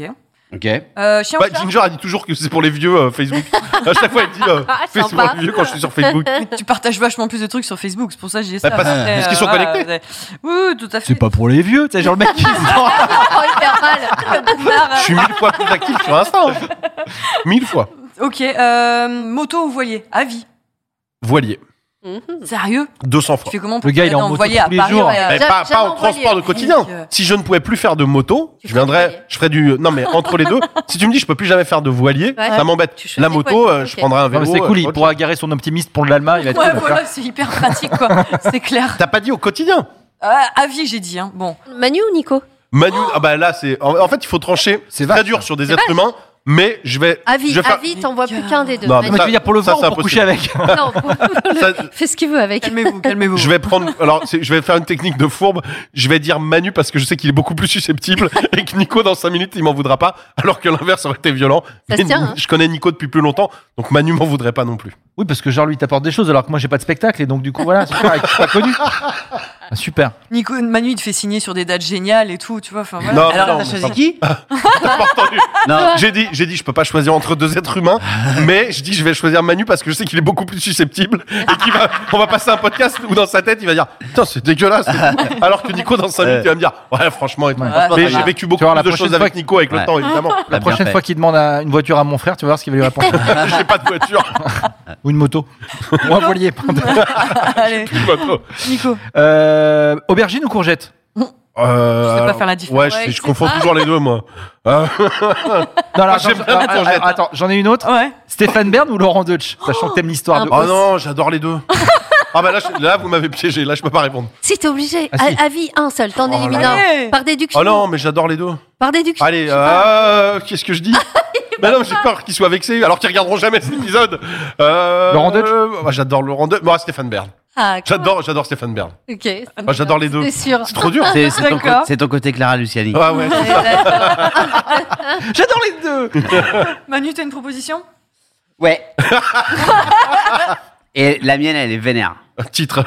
Ok.
Euh, chien ou
Bah,
chat *laughs*
Ginger, elle dit toujours que c'est pour les vieux euh, Facebook. à chaque fois, elle dit euh,
*laughs* Ah,
Facebook
sympa.
les vieux quand je suis sur Facebook.
Tu partages vachement plus de trucs sur Facebook, c'est pour ça que j'ai ça.
Bah, parce-
Après, euh,
parce qu'ils sont
voilà,
connectés.
c'est- Oui, oui, tout à fait. *laughs*
C'est pas pour les vieux, tu sais, genre le mec qui
*laughs* Oh, hyper mal.
Je suis mille fois plus actif sur Insta. hein. Mille fois.
Ok, euh, moto ou voilier Avis.
Voilier.
Sérieux
200
Tu
fois.
fais comment pour
Le gars, il est
te mettre
en moto
voilier
tous
à
les
Paris,
jours.
ouais,
Mais
euh,
J'a-
pas, pas
jamais
en
en
transport
voilier.
de quotidien.
Donc, euh,
Si je ne pouvais plus faire de moto,
Tu
je
ferais
viendrais,
voilier.
je ferais du. Non, mais entre les deux, si tu me dis je peux plus jamais faire de voilier,
Ouais.
ça m'embête.
Tu choisis
La
quoi,
moto,
tu-
euh, je
ok.
prendrais un
Non,
vélo.
mais c'est cool,
euh,
il pourra garer son optimiste pour l'Allemagne. Il va être
Ouais,
content.
voilà, c'est hyper pratique,
*laughs*
quoi. c'est clair.
T'as pas dit au quotidien
Ah, avis, j'ai dit. Hein. Bon,
*laughs* Manu ou Nico
Manu, ah bah là, c'est. En, en fait, il faut trancher.
C'est
C'est
vache,
très dur sur des
Oh C'est
êtres
vache.
humains, mais je vais.
Avis,
je vais faire-
avis, t'en vois plus qu'un des deux.
Non,
Non,
Manu.
mais
Ça-
tu veux dire pour le
ça,
voir ou
c'est
pour coucher avec *laughs*
Non, pour-
Ça-
*laughs* fais ce qu'il veut avec.
calmez-vous, calmez-vous.
Je vais prendre. Alors, c'est- je vais faire une technique de fourbe. Je vais dire Manu parce que je sais qu'il est beaucoup plus susceptible *laughs* et que Nico, dans 5 minutes, il m'en voudra pas, alors que l'inverse aurait été violent.
Ça se tient, hein.
Je connais Nico depuis plus longtemps, donc Manu m'en voudrait pas non plus.
Oui, parce que genre lui t'apporte des choses alors que moi j'ai pas de spectacle et donc du coup voilà, super, et que je suis pas connu. Ah, Super.
Nico, Manu, il te fait signer sur des dates géniales et tout, tu vois. Enfin, voilà.
Non,
Alors, t'as
non, mais
choisi
pardon.
Qui
T'as pas entendu
Non,
J'ai dit, j'ai dit, je peux pas choisir entre deux êtres humains, mais je dis, je vais choisir Manu parce que je sais qu'il est beaucoup plus susceptible et qu'il va, on va passer un podcast où dans sa tête, il va dire, putain, c'est dégueulasse. c'est- Alors que Nico, dans sa minutes, il va me dire, ouais, franchement, et tout.
franchement,
mais
ça
j'ai
va.
vécu
Tu
beaucoup
vas voir, la
plus de
prochaine
choses
fois
avec
que-
Nico avec
Ouais.
le temps, évidemment. *laughs*
La
T'as bien
prochaine
fait.
fois qu'il demande à- une voiture à mon frère, tu vas voir ce qu'il va lui répondre.
j'ai pas de voiture.
Ou une moto. Ou un voilier. pardon.
Allez,
plus de voiture.
Nico.
Euh, aubergine ou courgette
Euh,
Je sais pas
alors-
faire la différence.
Ouais, je-
Ouais,
je,
je sais
confonds toujours les deux,
*laughs*
moi. Euh,
Non, alors,
J'aime
attends,
bien les
ah,
courgettes.
ah, attends, j'en ai une autre.
Ouais.
Stéphane Bern ou Laurent Deutsch Sachant que t'aimes l'histoire de.
oh non, j'adore
*laughs*
les deux. Ah bah là, je- là vous m'avez piégé, là je peux pas répondre.
Si t'es obligé,
Ah, si.
A- avis un seul, t'en
Oh là
élimines
là.
un. Par déduction.
Oh non, mais j'adore les deux.
Par déduction.
Allez, euh, qu'est-ce que
*laughs*
je dis Bah non, j'ai peur qu'ils soient vexés, alors qu'ils regarderont jamais cet épisode. Euh,
Laurent Deutsch
euh, bah, J'adore Laurent Deutsch. Moi, Stéphane Bern.
Ah, cool.
J'adore, j'adore Stéphane Bern.
Ok.
Ah, j'adore les deux.
C'est sûr.
*laughs* C'est trop dur. hein.
c'est c'est ton,
D'accord.
co- c'est ton côté Clara Luciani.
Ah ouais.
J'adore les deux
Manu, t'as une proposition
Ouais. *laughs* Et la mienne, elle est vénère.
Titre.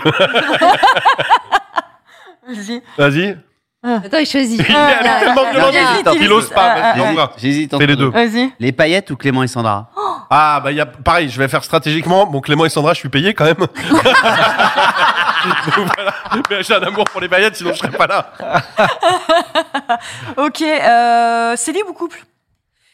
Vas-y.
Vas-y.
Attends, il choisit. Ah,
Il est tellement violent.
j'hésite,
Il ose
Ah,
pas. vas-y, on
J'hésite-
va.
J'hésite
Fais les
entre
deux.
Vas-y.
Oh,
Les paillettes ou Clément et Sandra
Ah, bah, il y a, pareil, je vais faire stratégiquement. Bon, Clément et Sandra, je suis payé
*laughs*
quand même. Donc, voilà. Mais j'ai un amour pour les paillettes, sinon je serais pas là.
Ok, euh, c'est libre ou couple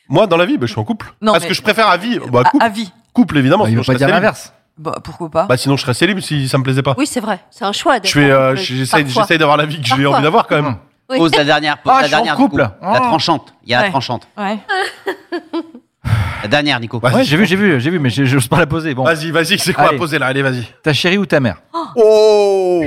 Moi, dans la vie, bah, je suis en couple.
Non,
Parce
mais-
que je préfère à vie. Bah,
à,
couple,
Ah, à vie.
couple, évidemment.
Bah, il
sinon
veut pas
je serais
dire
célibe.
l'inverse.
Bah, pourquoi pas
Bah, sinon, je serais célibre si ça me plaisait pas.
Oui, c'est vrai. C'est un choix.
Je fais, euh, j'essaye, j'essaye d'avoir la vie que j'ai
Parfois.
envie d'avoir quand même.
Oui.
Pose la dernière. Pose
Ah,
la
je suis en
dernière. Nico.
couple.
La
Ah.
tranchante. Il y a la
Ouais.
tranchante.
Ouais.
La dernière, Nico.
Vas-y.
Ouais, j'ai vu, j'ai vu, j'ai vu, mais j'ai- j'ose pas la poser. Bon,
Vas-y, vas-y, c'est quoi
Allez.
à poser là Allez, vas-y.
ta chérie ou ta mère
Oh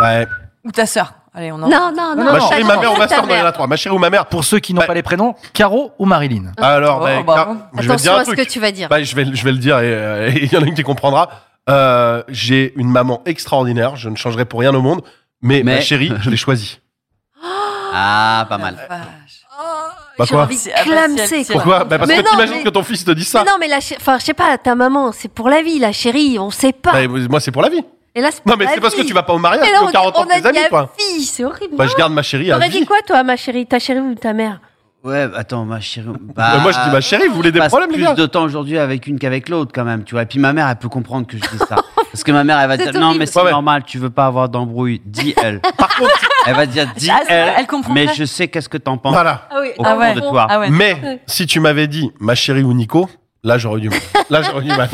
Ouais.
Ou ta sœur. Allez, on en
Non, non, non.
ma
ça
chérie, ma mère ou
dépend
ma
de ta
soeur, on en a trois. Ma chérie ou ma mère.
Pour ceux qui n'ont
Bah-
pas les prénoms, Caro ou Marilyn
Alors,
Oh,
bah,
bah,
car-
bon.
je vais te
Attention
dire un
à ce que
truc.
tu vas dire.
Bah, je, vais, je vais le dire et euh, et *laughs* il y en a une qui comprendra. Euh, j'ai une maman extraordinaire, je ne changerai pour rien au monde, mais,
Mais-
ma chérie, je l'ai choisie.
Ah, pas mal.
Vache.
Bah,
J'ai
quoi
envie de
Ah, bah, si elle-
clamser.
si
quoi.
elle-
Pourquoi bah, Parce
Mais
que
non,
t'imagines
mais-
que ton fils te dise ça.
Mais non, mais la chérie, enfin, je sais pas, ta maman, c'est pour la vie, la chérie, on sait pas.
Bah, moi, c'est pour la vie.
Et là, c'est pour
Non, mais
la
c'est parce que
vie.
tu vas pas au mariage,
Mais là,
tu
on,
as 40 ans
on
de
a
tes
dit
amis,
la
quoi.
fille, c'est horrible.
Bah, je garde ma chérie à
T'aurais dit
vie.
quoi, toi, ma chérie Ta chérie ou ta mère
Ouais, attends, ma chérie.
Bah,
Bah,
moi, je dis ma chérie, vous voulez
je
des
passe
problèmes, les
Bah, plus
gars
de temps aujourd'hui avec une qu'avec l'autre, quand même, tu vois. Et puis ma mère, elle peut comprendre que je dis
*laughs*
ça. Parce que ma mère, elle va
C'est
dire Non,
horrible.
mais c'est
Ouais, ouais.
normal, tu veux pas avoir d'embrouille. Dis-elle.
Par contre,
Elle va dire Dis-elle.
Ah, c'est vrai, elle comprendrait.
Mais je sais qu'est-ce que t'en penses
voilà.
Ah oui,
au
Ah
fond
ouais.
de toi.
Ah ouais.
Mm.
Mais si tu m'avais dit ma chérie ou Nico, là j'aurais eu du mal. Là j'aurais eu du mal.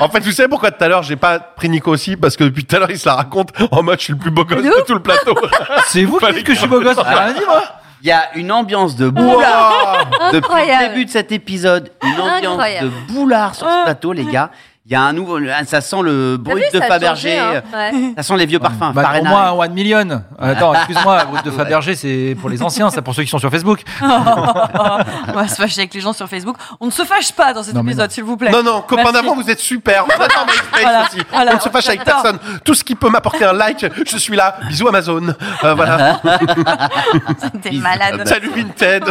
en fait, vous savez pourquoi tout à l'heure j'ai pas pris Nico aussi Parce que depuis tout à l'heure il se la raconte en mode je suis le plus beau gosse de tout le plateau.
*laughs*
C'est vous qui
Fallait
dites que je suis beau gosse, j'ai
Ah,
rien hein. dit, moi
Il y a une ambiance de boulard
Ouah
depuis
Incroyable.
le début de cet épisode. Une ambiance
Incroyable. Hein.
de boulard sur ce plateau, les gars. Il y a un nouveau. Ça sent le
T'as
bruit
vu,
de
ça a
Fabergé. euh,
changé, hein Ouais.
Ça sent les vieux parfums.
Bah, pour
Farina.
moi, un one million. Attends, excuse-moi, Brut
*laughs*
de Fabergé, c'est pour les anciens, c'est pour ceux qui sont sur Facebook.
On va se fâcher avec les gens sur Facebook. On ne se fâche pas dans cet
Non, mais
épisode, s'il vous plaît.
Non, non, copain
Merci.
d'avant, vous êtes super. On adore MySpace
Voilà,
aussi.
voilà,
on ne se fâche avec
j'adore.
personne. Tout ce qui peut m'apporter un like, je suis là. Bisous Amazon.
*laughs*
Euh, voilà.
T'es malade.
Salut Vinted.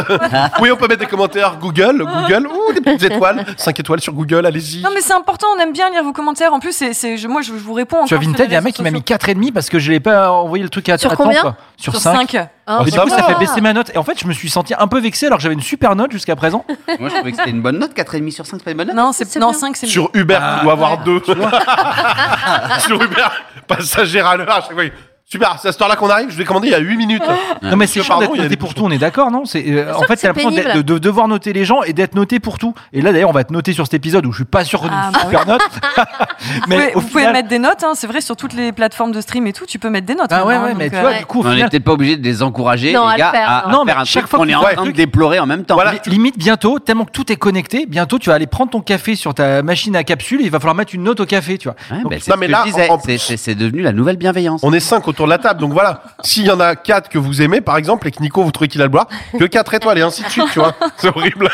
oui, on peut mettre des commentaires. Google, Google. Ouh, des petites étoiles. 5 étoiles sur Google, allez-y.
Non mais c'est important, on aime bien lire vos commentaires. En plus, c'est, c'est- je- moi je, je vous réponds.
Sur
encore les
Vinted, il y a un
réseaux
mec qui m'a mis
sociaux.
4,5 parce que je l'ai pas envoyé le truc à
Sur
à temps,
combien
quoi. Sur
sur
5.
5.
Hein,
Et du
ça
coup,
va.
ça fait baisser ma note. Et en fait, je me suis senti un peu vexé alors que j'avais une super note jusqu'à présent.
Moi, je trouvais que c'était une bonne note. 4,5 sur 5, c'est pas une bonne note.
Non, c'est,
C'est
non
bien.
5 c'est
Sur Uber, tu dois avoir deux. *laughs* sur Uber, passager à l'heure, à chaque fois. il- Super, c'est à cette heure-là qu'on arrive, je vais commander il y a 8 minutes.
Non, mais c'est
Monsieur,
chiant
pardon,
d'être
il y a
noté
des
pour tout, on est d'accord, non C'est euh,
sûr
En fait,
que
t'as
c'est
l'impression d'être- de,
pénible.
de devoir noter les gens et d'être noté pour tout. Et là, d'ailleurs, on va te noter sur cet épisode où je suis pas sûr d'une
Ah, bah oui.
super
*laughs*
note.
Vous,
mais
pouvez,
au
vous pouvez
final.
mettre des notes, hein, c'est vrai, sur toutes les plateformes de stream et tout, tu peux mettre des notes.
Ah ouais,
maintenant,
ouais,
hein,
mais
donc,
tu
euh,
vois, du coup, au
On
final,
n'était pas obligé de les encourager,
Non,
les
à le
gars,
faire, hein.
à,
non.
à
Non, mais
faire un
chaque
truc
fois
qu'on
que
est
tu
en
vois un
train de
truc-
déplorer en même temps.
Voilà.
Limite, bientôt, tellement que tout est connecté, bientôt tu vas aller prendre ton café sur ta machine à capsule et il va falloir mettre une note au café, tu vois.
Ouais,
Donc,
bah, c'est
non,
ce
mais
que
là,
je disais.
en- en
C'est-
plus-
c'est- C'est devenu la nouvelle bienveillance.
On est 5 autour de la table, donc voilà. S'il y en a 4 que vous aimez, par exemple, et que Nico, vous trouvez qu'il a le boire, que 4 étoiles et ainsi de suite, tu vois. C'est horrible.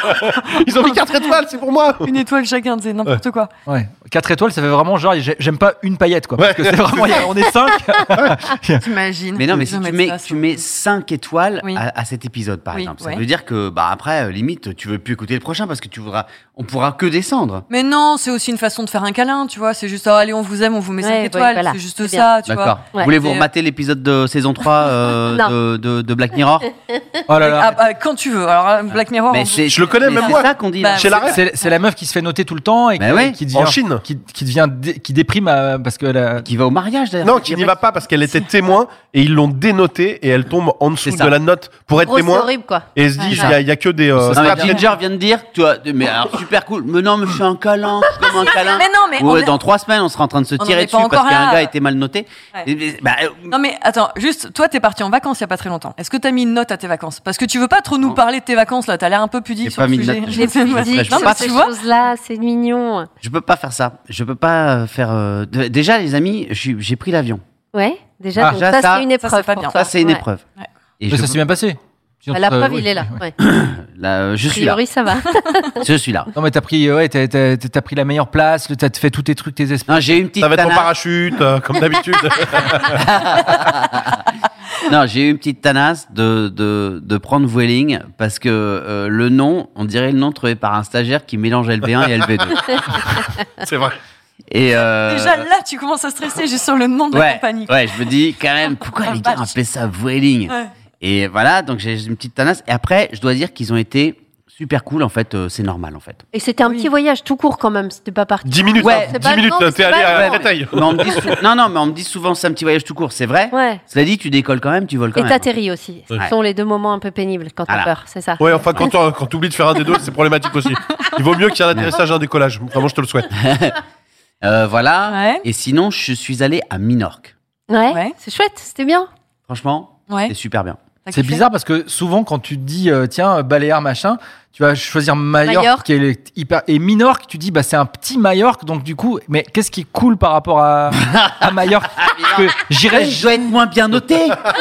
Ils ont mis 4 étoiles, c'est pour moi.
Une étoile chacun, c'est n'importe quoi.
Ouais. 4 étoiles, ça fait vraiment genre, j'ai- j'aime pas une paillette, quoi. Parce
Ouais.
que c'est vraiment, il y a- on est 5.
*laughs* T'imagines
*laughs* Mais non, mais
Ils
si
vont
tu
mettre
mets,
ça
tu
sur-
mets 5 étoiles
Oui.
à, à cet épisode, par
Oui,
exemple, ça
ouais.
veut dire que, bah, après, euh, limite, tu veux plus écouter le prochain parce que tu voudras, on pourra que descendre.
Mais non, c'est aussi une façon de faire un câlin, tu vois. C'est juste, ah, allez, on vous aime, on vous met
Ouais,
5
ouais,
étoiles.
voilà.
C'est juste
C'est
ça, tu vois.
D'accord.
Ouais.
Voulez-vous
C'est- euh,
remater l'épisode de saison 3 euh,
*laughs* Non.
de, de- de Black Mirror
Oh là
Ah,
là.
bah, quand tu veux. Alors, euh, Black Mirror, on-
c'est-
Je le connais,
mais
même
c'est
moi.
ça qu'on dit.
Bah,
là.
Chez la ref.
C'est c'est la meuf qui se fait noter tout le temps et qui,
Bah ouais.
qui devient,
En Chine.
Qui, qui devient dé- qui déprime euh, parce que la-
Qui va au mariage, d'ailleurs.
Non, qui n'y va pas parce qu'elle était témoin et ils l'ont dénotée et elle tombe en dessous
C'est ça.
de la note pour être
Gros, c'est
témoin.
horrible, quoi.
Et elle se dit, il n'y a, il y a que des. euh,
Non, mais
straps.
Ginger vient de dire, tu vois, mais alors super cool. Mais non, mais je suis un câlin, je suis comme un câlin.
Ah, Mais non, mais on
Ouais,
est-
dans trois semaines, on sera en train de se
On en
tirer
est
dessus
pas
parce
encore
qu'un
là.
gars était mal noté.
Ouais.
Et- et- bah, euh,
Non mais attends, juste, toi t'es parti en vacances il y a pas très longtemps. Est-ce que t'as mis une note à tes vacances Parce que tu veux pas trop nous
Non.
parler de tes vacances là, t'as l'air un peu pudique
J'ai
sur
pas
le
mis de
sujet.
note.
*laughs*
Je l'ai
Je
plus
me
dit,
ferais- je
non
peux
mais
pas
tu
ces
vois,
choses-là, c'est mignon.
je peux pas faire ça. Je peux pas euh, faire. euh, de- Déjà, les amis, je suis- j'ai pris l'avion.
Ouais, déjà,
Ah,
donc
ça,
ça,
ça,
c'est une
ça,
épreuve.
c'est pas
pour
bien.
toi.
Ça, c'est une
Ouais.
épreuve.
Ouais.
Et
Mais
je,
ça s'est bien passé. Sinon,
Bah, la
ça-
preuve,
oui,
il est là.
oui.
Ouais.
là, euh, je
A
suis là.
priori, ça va.
Je suis là.
Non, mais t'as pris, euh, ouais, t'as- t'as t'as pris la meilleure place, le- t'as fait tous tes trucs, tes esprits.
Non, j'ai eu une petite
Ça va être en
tanasse.
parachute, euh,
*laughs*
comme d'habitude.
Non, j'ai eu une petite tanasse de, de, de prendre Vueling parce que euh, le nom, on dirait le nom trouvé par un stagiaire qui mélange LV1 et
*laughs*
LV2.
c'est vrai.
Et euh,
déjà là tu commences à stresser juste sur le nom de la
ouais,
compagnie.
ouais, je me dis quand même,
*laughs*
pourquoi
Ah,
les gars
vache.
appelaient ça Vueling
Ouais.
Et voilà, donc j'ai une petite tanasse. Et après, je dois dire qu'ils ont été super cool en fait, euh, c'est normal en fait.
Et c'était un petit voyage tout court quand même, c'était pas parti.
10 minutes,
Ouais,
hein,
c'est
10
pas-
minutes,
non,
là,
mais
t'es
c'est
allé
pas-
à
Ouais,
Créteil.
mais on me dit sou- non, non, mais on me dit souvent c'est un petit voyage tout court, c'est vrai.
Ouais.
Cela dit, tu décolles quand même, tu voles quand
Et
même.
t'atterris aussi. Ce
Ouais.
sont les deux moments un peu pénibles quand t'as
Voilà.
peur, c'est ça.
Ouais, enfin, quand t'en- quand t'oublies de faire un des deux, c'est problématique aussi. Il vaut mieux qu'il y ait un atterrissage et un décollage. Vraiment, je te le souhaite.
Euh, voilà.
Ouais.
Et sinon, je suis allé à Minorque.
Ouais.
Ouais.
C'est chouette, c'était bien.
Franchement,
Ouais.
c'est super bien.
Ah,
T'as
C'est
kiffé
bizarre parce que souvent, quand tu te dis, euh, tiens, euh, Baléares, machin, tu vas choisir Majorque,
Majorque.
qui est hyper. Et Minorque, tu dis, bah, c'est un petit Majorque, donc du coup, mais qu'est-ce qui est cool par rapport à, à
*laughs*
Majorque Parce que J'irais.
Je dois être moins bien noté.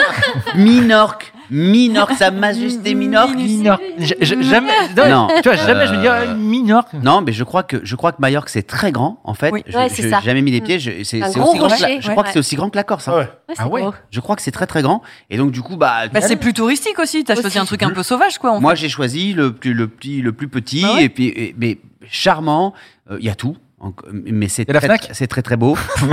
*laughs* Minorque, Minorque, Sa Majesté Minorque.
Minorque. J- j- Jamais,
Non.
tu vois, jamais je me dis
Euh,
Minorque.
Non, mais je crois que je crois que Majorque c'est très grand en fait.
Oui.
Je-
Ouais,
je-
c'est
j'ai
ça.
jamais mis les pieds. Je, c'est,
Un
c'est
gros
aussi grand que la-
rocher,
je
ouais.
crois que c'est aussi grand que la Corse. hein.
Ah ouais.
Ouais, c'est
Ah ouais.
beau.
Je crois que c'est très très grand. Et donc du coup, bah,
Bah, c'est plus touristique aussi. T'as choisi
Aussi.
un truc un peu sauvage, quoi. en
moi j'ai choisi le plus le petit le plus petit
Ah ouais
et puis et- mais charmant. Euh, Il y a tout. En- Mais c'est
Et la
très,
Fnac
c'est très très beau. *laughs*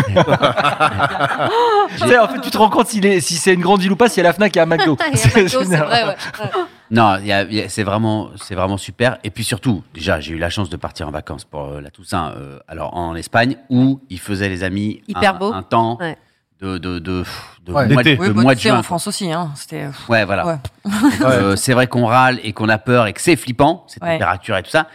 Tu sais, en fait, tu te rends compte s'il est- si c'est une grande ville ou pas, si y a la Fnac et
*laughs*
un McDo.
Ah, il y a
*laughs*
pas de dos, c'est
génial.
vrai, ouais. Ouais.
Non, il y a- il y a- c'est vraiment, c'est vraiment super. Et puis surtout, déjà, j'ai eu la chance de partir en vacances pour euh, la Toussaint, euh, alors en Espagne, où il faisait les amis
Hyper
un,
beau.
un temps
Ouais.
de de de, pff, de mois,
Ouais,
de,
d'été.
fait. Oui,
de
bah,
mois
tu
de
sais,
juin.
en France aussi, hein. C'était. euh,
quoi. Ouais, voilà.
Ouais.
Euh, c'est vrai qu'on râle et qu'on a peur et que c'est flippant, cette
Ouais.
température et tout ça.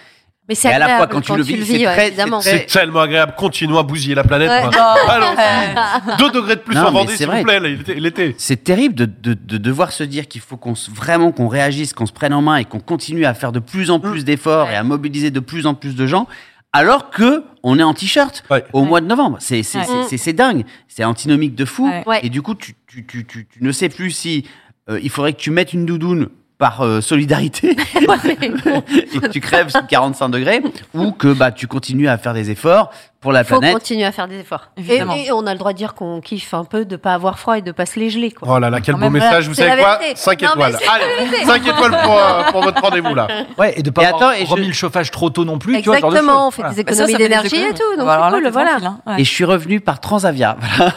Mais c'est
Et à la
agréable
fois, quand tu le vis, c'est
ouais,
très-
évidemment.
c'est
C'est tellement agréable. Continuons à bousiller la planète.
Ouais.
quoi. Allons-y. Deux degrés de plus
Non,
en
mais
Vendée,
c'est
s'il
vrai.
vous plaît, là, l'été- l'été.
C'est terrible de, de- de devoir se dire qu'il faut qu'on se- vraiment qu'on réagisse, qu'on se prenne en main et qu'on continue à faire de plus en
Mm.
plus d'efforts et à mobiliser de plus en plus de gens, alors que on est en t-shirt
Ouais.
au mois de novembre. C'est c'est-
Ouais. Mm.
c'est- c'est- c'est dingue, c'est antinomique de fou.
Ouais.
Ouais.
Et du coup, tu, tu- tu- tu- tu ne sais plus si euh, il faudrait que tu mettes une doudoune par euh,
*laughs*
solidarité *laughs*
*laughs*
et que tu crèves sous 45 degrés ou que bah tu continues à faire des efforts pour la
faut
planète.
continuer à faire des efforts. Et,
Évidemment.
et on a le droit de dire qu'on kiffe un peu de pas avoir froid et de pas se les geler.
Ah
Quoi.
Oh là là, quel
Quand
beau
même,
message. Vous
c'est
savez
la
quoi
vérité.
5
Non, mais
étoiles.
c'est la
Allez,
vérité.
5 étoiles pour, euh, pour votre rendez-vous là.
Ouais, et de pas
Et
avoir
attends, et je-
remis le chauffage trop tôt non plus. Tu vois, ce genre de
Exactement, on
choses.
fait
Voilà.
des
Bah, ça, ça
économies
fait des
d'énergie et
économies.
tout, donc
Alors là,
c'est cool,
t'es
voilà.
tranquille, hein. Ouais.
Et je suis revenu par Transavia. Voilà.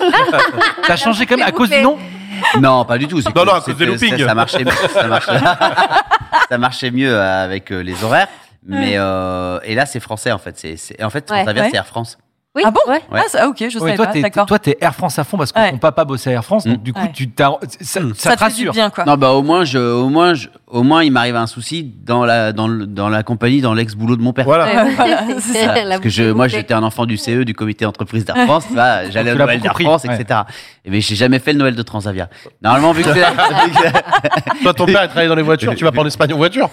T'as changé *laughs* quand même à cause du nom
Non, pas du tout. c'est
Non,
que
non, à cause des
c'était-
loopings.
Ça, ça marchait, ça, marchait, *laughs* ça marchait mieux avec euh, les horaires. Mais euh, et là, c'est français en fait. C'est, c'est- en fait,
Ouais.
Transavia,
Ouais.
c'est Air France.
Oui,
Ah bon
*laughs* ouais.
Ouais.
Ah, ça- ok, je
Ouais,
savais
toi,
pas.
t'es-
D'accord.
toi, t'es Air France à fond parce que
Ouais.
ton papa bossait à Air France, donc
Mm.
du coup,
Ouais.
tu t'as- ça, Mm. ça
Ça
te
te fait du
rassure.
bien, quoi.
Non, bah au moins, je, au moins, je- au moins, il m'arrive un souci dans la, dans, le- dans la compagnie, dans l'ex boulot de mon père.
Voilà.
Ouais, voilà, c'est ça.
*laughs* La
Voilà, parce que
boucle
je,
est
moi,
bouclée.
j'étais un enfant du CE, du comité d'entreprise d'Air France, tu vois, j'allais au
Tu l'as
Noël
beaucoup
d'Air
pris,
France,
ouais.
etc. Mais j'ai jamais fait le Noël de Transavia. Normalement, vu que c'est la- vu que-
Toi, ton père, il travaille dans les voitures. Tu vas pas en Espagne en
*laughs*
voiture.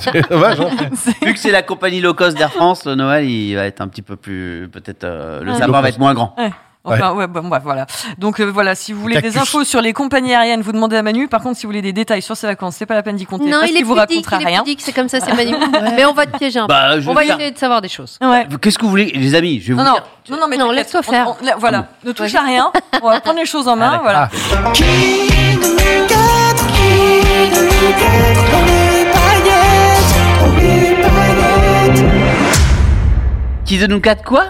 C'est dommage. hein.
Vu que c'est la compagnie low cost d'Air France, le Noël, il va être un petit peu plus. Peut-être. euh, le
Ouais.
sapin va être moins grand.
Enfin, ouais, bon, bah, voilà. Donc euh, voilà, si vous voulez des
Cactus.
infos sur les compagnies aériennes, vous demandez à Manu. Par contre, si vous voulez des détails sur ses vacances, c'est pas la peine d'y compter.
Non,
parce
il
qu'il
est
vous
pudique,
racontera
il est
rien.
pudique, c'est comme *laughs* ça, c'est magnifique. Mais on va te piéger un peu.
Bah, je
on
vais
va
faire-
essayer de savoir des choses.
Ouais.
Qu'est-ce que vous voulez Les amis, je vais vous
Non, non,
dire.
non, non, mais
Non,
t'inquiète,
laisse-toi
on-
faire.
on- là, voilà, ne touche à rien. On va prendre les choses en main. voilà.
Qui de nous quatre quoi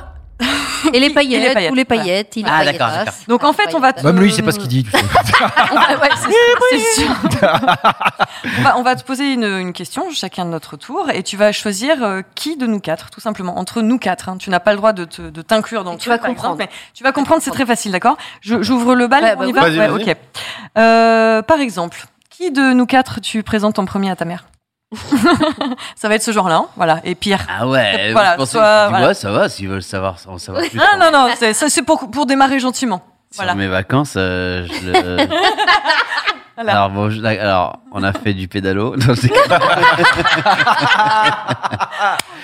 Et les paillettes,
Et les paillettes,
ou les paillettes, il est
Ah,
pailletasse.
d'accord, d'accord.
Donc en fait, on va.
Même
te-
lui, c'est pas ce qu'il dit. tu sais.
Ah ouais, c'est- c'est sûr. on, va, on va te poser une, une question, chacun de notre tour, et tu vas choisir euh, qui de nous quatre, tout simplement, entre nous quatre. hein. Tu n'as pas le droit de te- de t'inclure dans le
Tu
truc,
vas
par
comprendre.
exemple, mais tu vas comprendre, c'est très facile, d'accord Je- J'ouvre le bal,
Ouais,
on y
bah
va
oui.
Ouais,
Vas-y, vas-y.
ok. Euh, par exemple, qui de nous quatre tu présentes en premier à ta mère *laughs* Ça va être ce genre-là, hein, voilà, et pire.
Ah ouais.
Voilà,
je pensais-
soit-
je dis,
voilà.
ouais, ça va. S'ils veulent savoir, on savoir plus.
Ah
sur-
*laughs* non, non, c'est- ça c'est pour, pour démarrer gentiment.
sur
Voilà.
mes vacances, euh, je
*laughs*
le-
Voilà.
Alors, bon, je- alors, on a fait du pédalo. *laughs* Non, je déconne.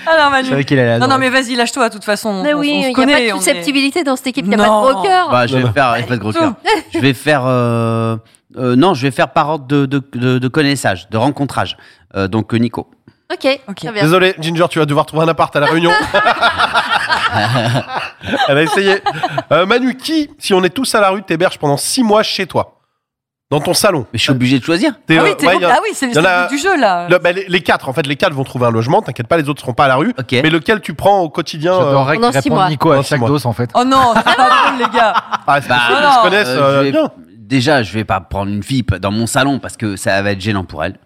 Alors
Je
Manu.
savais qu'il allait
Ah Non, non,
adorer.
mais vas-y, lâche-toi, de toute façon.
Mais
on,
oui,
on se
il n'y a
connaît,
pas de
on est-
susceptibilité dans cette équipe, il n'y a pas
Non.
de gros cœur.
Bah, je vais faire. Pas de gros cœur. Je vais faire. euh, euh, non, je vais faire par ordre de, de, de, de connaissage, de rencontrage. Euh, donc, euh, Nico.
Ok,
Ok.
très *laughs* bien.
Désolé, Ginger, tu vas devoir trouver un appart à la
*laughs*
Réunion. Elle a essayé. Euh, Manu, qui, si on est tous à la rue, t'héberges pendant 6 mois chez toi, dans ton salon
Mais je suis obligé de choisir.
T'es,
Ah
euh,
oui, t'es
ouais,
bon.
y a-
Ah oui, c'est le
y en a-
but du jeu, là.
Le- bah, les, les quatre, en fait, les quatre vont trouver un logement. T'inquiète pas, les autres seront pas à la rue.
Ok.
Mais lequel tu prends au quotidien euh,
J'adorerais qu'il
Pendant six
réponde
mois.
Nico à
Pendant six
chaque
mois.
dose, en fait.
Oh non, c'est pas drôle, les gars.
Ah, c'est
Bah,
parce qu'ils
non.
se connaissent
Euh,
euh,
je vais-
bien.
Déjà, je vais pas prendre une fille p- dans mon salon parce que ça va être gênant pour elle.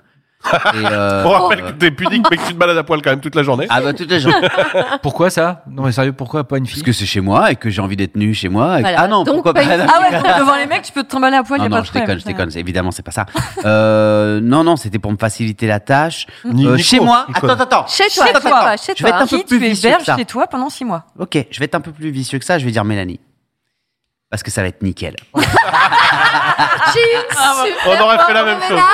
Et, euh,
On rappelle
euh,
que t'es pudique, mais que tu te balades à poil quand même toute la journée.
Ah bah toutes les gens.
*laughs* Pourquoi ça Non, mais sérieux, pourquoi pas une
Parce
fille
que c'est chez moi et que j'ai envie d'être nu chez moi. et-
Voilà.
Ah *laughs* non,
Donc,
pourquoi
pas
pas
une-
Ah ouais, donc devant les mecs, tu peux te trimballer à poil,
Non,
y a
Ah non,
pas de
je
problème.
déconne, je déconne. c'est- Évidemment, c'est pas ça. Euh, non, non, c'était pour me faciliter la tâche.
Ni-
Euh,
Nico,
chez moi.
Nico.
Attends, attends, attends.
Chez toi,
Chez
chez
toi.
toi, chez
Je vais
toi.
être un peu
Qui
plus
Bah, tu
vicieux que
héberges
ça.
chez toi pendant 6 mois
Ok, je vais être un peu plus vicieux que ça. Je vais dire Mélanie. Parce que ça va être nickel.
*laughs* J'ai eu une super
On aurait fait la
bonne
même chose.
ménage.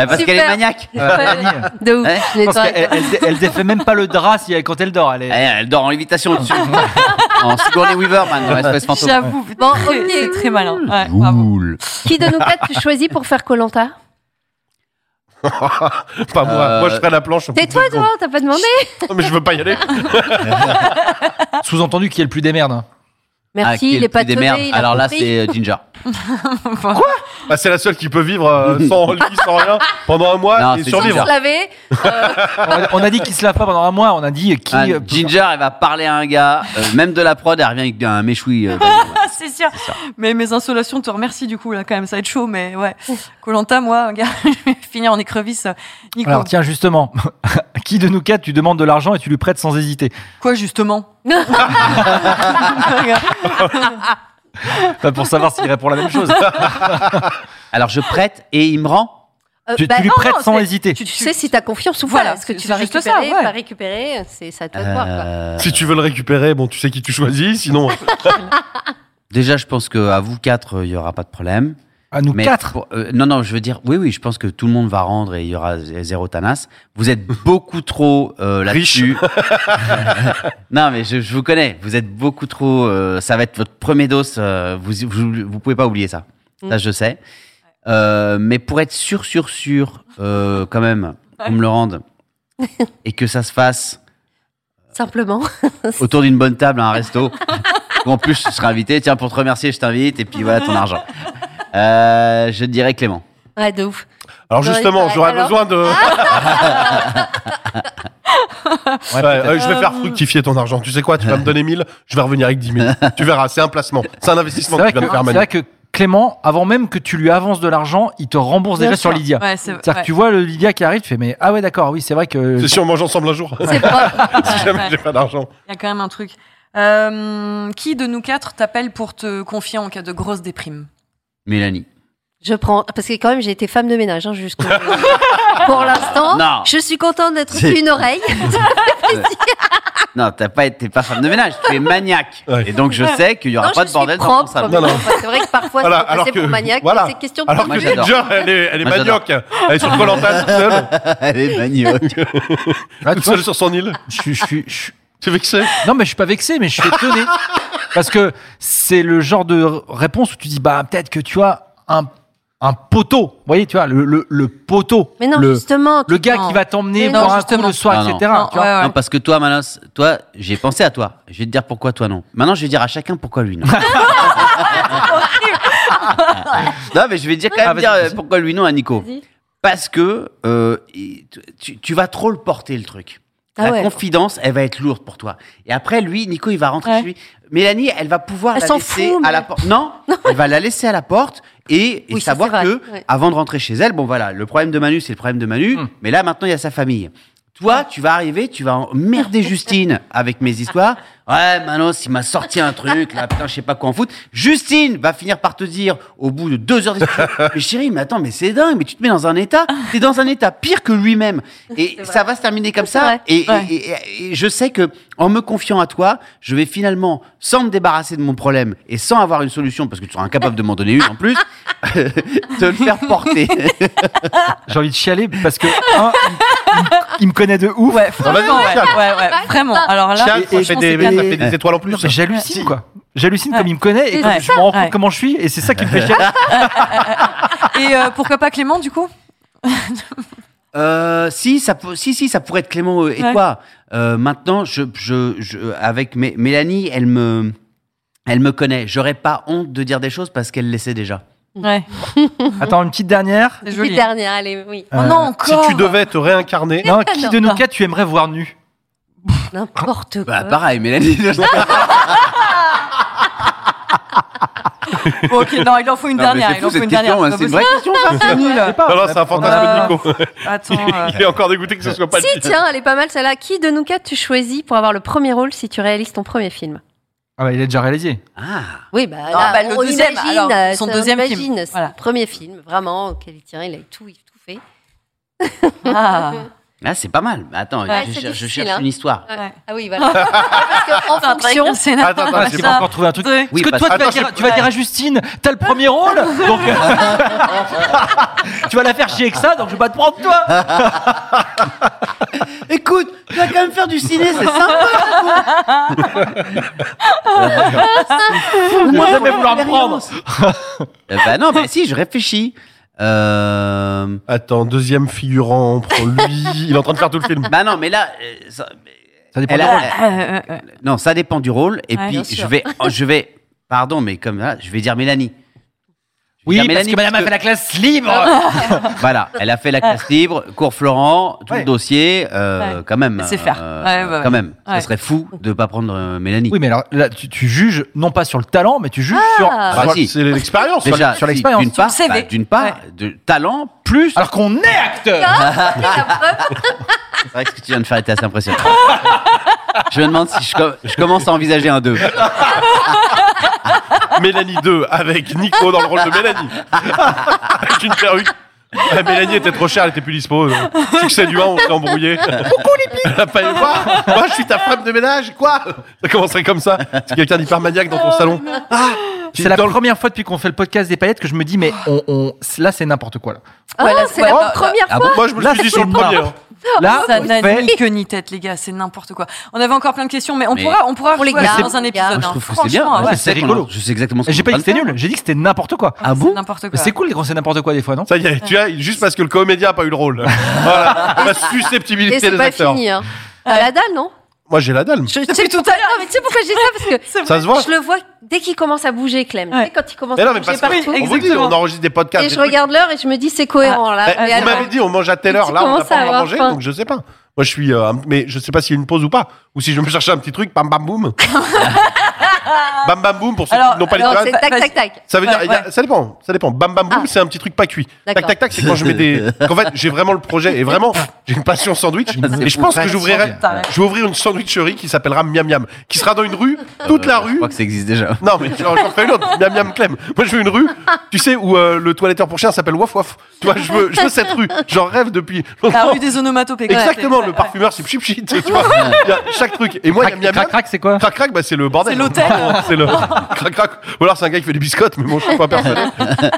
Euh, Parce
Super.
qu'elle est maniaque.
Euh, Mélanie,
De ouf.
Ouais.
Je l'ai
je pense
pas-
qu'elle- elle, dé- elle défait même pas le drap si- quand elle dort. Elle est...
Elle, Eh, elle dort en lévitation
*laughs*
au-dessus. *laughs* en Sigourney Weaver, man, dans l'espèce fantôme.
J'avoue,
Bon,
*laughs* c'est-
ok.
c'est très malin. Ouais, bravo.
Cool.
Qui de nous quatre tu choisis pour faire Colanta
Pas moi.
Euh,
Moi, je serai à la planche.
Tais-toi, toi, on t'a pas demandé.
Non, mais je veux pas y aller.
Sous-entendu qui est le plus des merdes. hein.
Ah, qui
Merci, il est
le
pas
petit des merdes.
teubé, il a
Alors là,
compris.
c'est euh, Ginger.
Bah, c'est la seule qui peut vivre
*laughs*
euh, sans lit, sans rien, pendant un mois
Non,
et
c'est
Sans
survivre.
se laver.
On a, on a dit qu'il se lave pas pendant un mois. On a dit qui.
Ah,
euh,
Ginger, elle va parler à un gars, euh, même de la prod, elle revient avec un méchoui. euh,
Ah, c'est sûr. Mais mes insolations te remercient du coup, là, quand même, ça va être chaud, mais ouais. Colanta, moi, *laughs* gars, je vais finir en écrevisse. euh, Nico,
Alors tiens justement, *laughs* qui de nous quatre tu demandes de l'argent et tu lui prêtes sans hésiter
quoi, justement
*laughs*
Enfin, Pour savoir s'il répond la même *laughs* chose.
Alors je prête et il me rend.
Euh,
tu,
bah,
tu lui
non,
prêtes
non,
sans
c'est-
hésiter.
tu sais si t'as confiance ou pas.
Voilà,
Est-ce que
c'est-
tu vas
c'est juste ça,
récupérer,
ouais.
pas récupérer, c'est ça toi de voir. quoi.
Euh,
Si tu veux le récupérer, bon, tu sais qui tu choisis.
*laughs*
Sinon, euh,
Déjà, je pense que à vous quatre, euh, il y aura pas de problème.
À nous
Mais
quatre.
pour- euh, Non, non, je veux dire, oui, oui, je pense que tout le monde va rendre et il y aura z- zéro tanas. Vous
*laughs*
êtes beaucoup trop euh, là-dessus. *laughs* non, mais je, je vous connais. Vous êtes beaucoup trop. euh, ça va être votre premier dos. euh, vous, vous, vous pouvez pas oublier ça.
Mm.
Ça, je sais. Euh, mais pour être sûr, sûr, sûr, euh, quand même, qu'on me le
*laughs*
rende et que ça se fasse
Simplement. *laughs*
autour d'une bonne table à un resto. Ou en plus, je serai invité. Tiens, pour te remercier, je t'invite. Et puis voilà ton argent. Euh, je dirais Clément.
Ouais, de ouf.
alors
J'aurais
justement,
pas-
j'aurais
Bah, alors *laughs*
besoin de. Ouais, euh, je vais faire fructifier ton argent. Tu sais quoi Tu vas me donner 1000, je vais revenir avec 10 000. Tu verras, c'est un placement. C'est un
C'est
investissement que
vrai,
tu vas
que,
me faire,
c'est
Manu.
vrai que Clément, avant même que tu lui avances de l'argent, il te rembourse
Bien
déjà sur
sûr.
Lydia.
Ouais, c'est-
C'est-à-dire
ouais.
que tu vois le Lydia qui arrive, tu fais mais ah ouais d'accord, oui c'est vrai que.
C'est si on mange ensemble un jour.
C'est propre.
*laughs* si jamais
ouais.
j'ai pas d'argent.
Il y a quand même un truc. Euh, qui de nous quatre t'appelle pour te confier en cas de grosse déprime
Mélanie.
Je prends parce que quand même j'ai été femme de ménage hein, jusqu'au pour l'instant.
Non.
Je suis contente d'être
C'est-
une oreille. *laughs*
Non, t'as pas été t'es pas femme de ménage, tu es maniaque.
Ouais.
Et donc je sais qu'il y aura
non,
pas
je
de
suis
bordel dans ton
propre.
salon.
Non, non.
Enfin, C'est vrai que parfois
Voilà,
c'est
alors
passé
que-
pour maniaque.
voilà.
C'est question de
Alors
Moi,
que
j'adore.
Ginger, elle est, elle est
Moi, j'adore.
manioc. Elle est sur Colanta toute
*laughs*
seule,
Elle est manioc.
Ah, tu
toute
vois,
seule sur son île.
je, suis- je suis- je suis-
Tu es vexé
non mais je suis pas vexé, mais je suis
*laughs*
étonné parce que c'est le genre de r- réponse où tu dis bah peut-être que tu as un un poteau, vous voyez tu vois le le, le poteau.
Mais non,
le,
justement. tu-
le gars
Non.
qui va t'emmener
Mais
pour
non,
un coup
justement.
le soir,
Non, non.
etc.
Non,
tu vois.
ouais, ouais.
Non, parce que toi, Manos, toi, j'ai pensé à toi. Je vais te dire pourquoi toi non. Maintenant, je vais dire à chacun pourquoi
*laughs*
lui non. non, mais je vais dire quand même
Ah, vas-y,
dire, euh,
vas-y.
pourquoi lui non à Nico.
Vas-y.
Parce que euh, il- tu, tu vas trop le porter le truc.
Ah
la
ouais.
confidence, elle va être lourde pour toi. Et après, lui, Nico, il va rentrer
Ouais.
chez lui. Mélanie, elle va pouvoir
Elle
la
s'en
laisser
fout,
à
mais-
la porte.
*laughs*
Non, elle va la laisser à la porte et, et
Oui, ça,
savoir
c'est vrai.
que
Ouais.
avant de rentrer chez elle, bon voilà, le problème de Manu, c'est le problème de Manu,
Mm.
mais là maintenant il y a sa famille. Toi, tu vas arriver, tu vas emmerder
*laughs*
Justine avec mes histoires. Ouais, Manos, il m'a sorti un truc, là, putain, je sais pas quoi en foutre. Justine va finir par te dire, au bout de deux heures discussion,
*laughs*
mais chérie, mais attends, mais c'est dingue, mais tu te mets dans un état,
Ah.
t'es dans un état pire que
*laughs*
lui-même. Et ça va se terminer comme
C'est
ça.
vrai.
Et, et-
Ouais.
et- et je sais que, en me confiant à toi, je vais finalement, sans me débarrasser de mon problème et sans avoir une solution, parce que tu seras incapable de m'en donner une en plus, te le faire
*laughs*
porter.
J'ai envie de chialer parce que un, il, me- il me connaît de ouf.
Ouais, franchement, ouais, ouais, ouais, vraiment. Alors là,
Tiens, ça,
franchement,
fait
c'est
des, ça
cadeau.
fait des étoiles en plus.
Non, mais j'hallucine
Si.
quoi. J'hallucine comme il me connaît et
C'est
comme
ça.
je me rends compte
Ouais.
comment je suis et c'est ça qui me *laughs* fait chier.
Et euh, pourquoi pas Clément, du coup
Euh, si, ça, pour- si, si, ça pourrait être Clément euh, et
Ouais.
toi. Euh, maintenant, je, je, je- avec Mé- Mélanie, elle me, elle me connaît. J'aurais pas honte de dire des choses parce qu'elle le sait déjà.
Ouais,
Attends une petite dernière.
c'est
Petite
joli.
dernière, allez, oui.
Oh non,
Si
encore
tu devais te réincarner,
Non, qui de
Non.
nous quatre tu aimerais voir nu
N'importe quoi.
Ah,
Bah, pareil, Mélanie.
Bon, ok, non, il en faut une
Non, mais
dernière.
c'est
Il en
fou
faut
cette
une dernière.
question, hein,
c'est
c'est une
pas
vraie question ça.
possible.
*laughs*
C'est nul.
Non, non, c'est un fantasme de *laughs* Nico.
Attends. euh,
Il est encore dégoûté que ce soit pas
Si,
lui.
tiens, elle est pas mal celle-là. Qui de nous quatre tu choisis pour avoir le premier rôle si tu réalises ton premier film
Ah bah il est déjà réalisé.
Oui, bah,
Non,
là,
bah, le
on
deuxième,
imagine,
alors,
euh,
son
ça,
deuxième
on
film.
imagine, c'est
Voilà.
le premier film, vraiment, auquel il tient, il a tout, tout fait.
Ah.
Là, c'est pas mal. Mais Attends,
Ouais,
je,
c'est
je- je
difficile,
cherche
hein.
une histoire.
Ouais.
Ah *laughs* oui, voilà. Parce qu'en
Enfin,
fonction,
un scénario.
Attends, attends,
Ah, j'ai pas encore trouvé un truc.
Deux.
Oui,
Parce que
parce-
toi, tu, vas
Attends,
dire,
j'ai-
tu vas dire à Justine, t'as le premier rôle, donc euh, *laughs* tu vas la faire chier avec ça, donc je vais pas te prendre toi.
Écoute, tu vas quand même faire du ciné, c'est sympa.
*laughs*
Moi, je vais vouloir me prendre.
Euh, bah non, mais si, je réfléchis. Euh...
Attends, deuxième figurant, prends lui. Il est en train de faire tout le film.
Bah non, mais là, euh, ça,
Ça dépend
elle
du
a-
rôle.
elle-
Euh, euh,
non, ça dépend du rôle. Et
Ouais,
puis
bien
je vais, oh, je vais, pardon, mais comme là, je vais dire Mélanie. Je vais
Oui,
dire
parce que madame a fait la classe libre.
*laughs* Voilà, elle a fait la classe libre, cours Florent, tout
Ouais.
le dossier, euh,
Ouais.
quand même.
C'est faire.
euh,
Ouais, ouais, ouais.
Quand même.
Ouais.
Ce serait fou de pas prendre euh, Mélanie.
Oui, mais alors là, tu, tu juges non pas sur le talent, mais tu juges
Ah,
Bah,
si.
C'est l'expérience.
Déjà,
voilà.
sur
si,
l'expérience.
D'une part,
Sur le CV.
bah, d'une part, de talent plus.
sur. Alors qu'on est acteur.
C'est vrai que ce que tu viens de faire était assez impressionnant. *laughs* je me demande si je, com- je commence à envisager un 2.
Mélanie 2 avec Nico dans le rôle de Mélanie. avec une perruque. Ah, Mélanie était trop chère, elle était plus dispo. euh. Succès du 1, on s'est embrouillé. Coucou les Elle a pas eu voir. Moi, je suis ta femme de ménage, quoi Ça commencerait comme ça. C'est quelqu'un d'hyper maniaque dans ton salon. Ah tu-
C'est la
dans le-
première fois depuis qu'on fait le podcast des paillettes que je me dis, mais on, on- là, c'est n'importe quoi. Là,
voilà, Ah, Oh, c'est la première
Ah
fois.
bon
Moi, je me
Là,
suis dit sur le
c'est
premier.
marrant.
hein.
là
ça
on
n'a
fait-
ni queue ni tête, les gars, c'est n'importe quoi. On avait encore plein de questions, mais on
Mais-
pourra, on pourra
Pour les
jouer
gars,
dans un
les gars.
épisode.
je
hein.
trouve que c'est bien.
Franchement,
Je
ouais,
ouais,
sais qu'on
c'est
en-
rigolo.
Je sais exactement ce
J'ai pas
qu'on
dit que c'était
parle.
nul, j'ai dit que c'était n'importe quoi.
Ah
c'est
bon
N'importe
Mais
quoi.
c'est cool quand c'est n'importe quoi des fois, non
Ça y est, tu vois, juste parce que le comédien a pas eu le rôle. Voilà. La
Et
susceptibilité
c'est
des
pas
acteurs.
fini. Hein. À la dalle, non
Moi, j'ai la dalle.
je, Tu sais tout à l'heure. mais tu sais pourquoi j'ai ça Parce que
Ça se voit.
je le vois dès qu'il commence à bouger, Clem.
Ouais.
Tu sais, quand il commence
Mais non,
à
mais
bouger
parce que-
partout.
on vous dit, on enregistre des podcasts.
Et
des
je
trucs.
regarde l'heure et je me dis, c'est cohérent, là.
Eh,
Ah, Mais
vous
alors-
m'avez dit on mange à telle
Et
heure,
tu
là on n'a
commences à
pas à
avoir
manger,
faim.
donc je sais pas. Moi je suis, euh, un- mais je sais pas s'il y a une pause ou pas, ou si je vais me chercher un petit truc, bam bam
*laughs*
boum. bam bam boum pour ceux
Alors,
qui n'ont pas les
alors, c'est
tomates.
tac, tac, tac.
Ça veut dire,
Ouais,
il y a- ça dépend, ça dépend. Bam bam boum, c'est un petit truc pas cuit. Tac
D'accord.
tac tac, c'est quand je
*laughs*
mets des. En fait, j'ai vraiment le projet et vraiment, j'ai une passion sandwich. Et je pense que j'ouvrirai,
sandwich.
je vais ouvrir une sandwicherie qui s'appellera Miam Miam, qui sera dans une rue, toute la
Euh, Je
rue,
crois que ça existe déjà.
non, mais j'en j'en fais une autre. Miam Miam Clem. Moi, je veux une rue, tu sais, où euh, le toiletteur pour chien s'appelle Waf Waf. Tu vois, je veux, je veux cette rue. J'en rêve depuis
La
longtemps.
rue des onomatopées.
Exactement,
Ouais,
le
ouais.
parfumeur, c'est Pchip Pchip. Tu vois, il y a chaque truc. Et moi,
Crac,
Miam Miam.
crac, crac, c'est quoi
Crac crac, bah c'est le bordel.
C'est l'hôtel.
*laughs* C'est le crac crac. Ou alors c'est un gars qui fait des biscottes, mais bon, je suis pas personnel.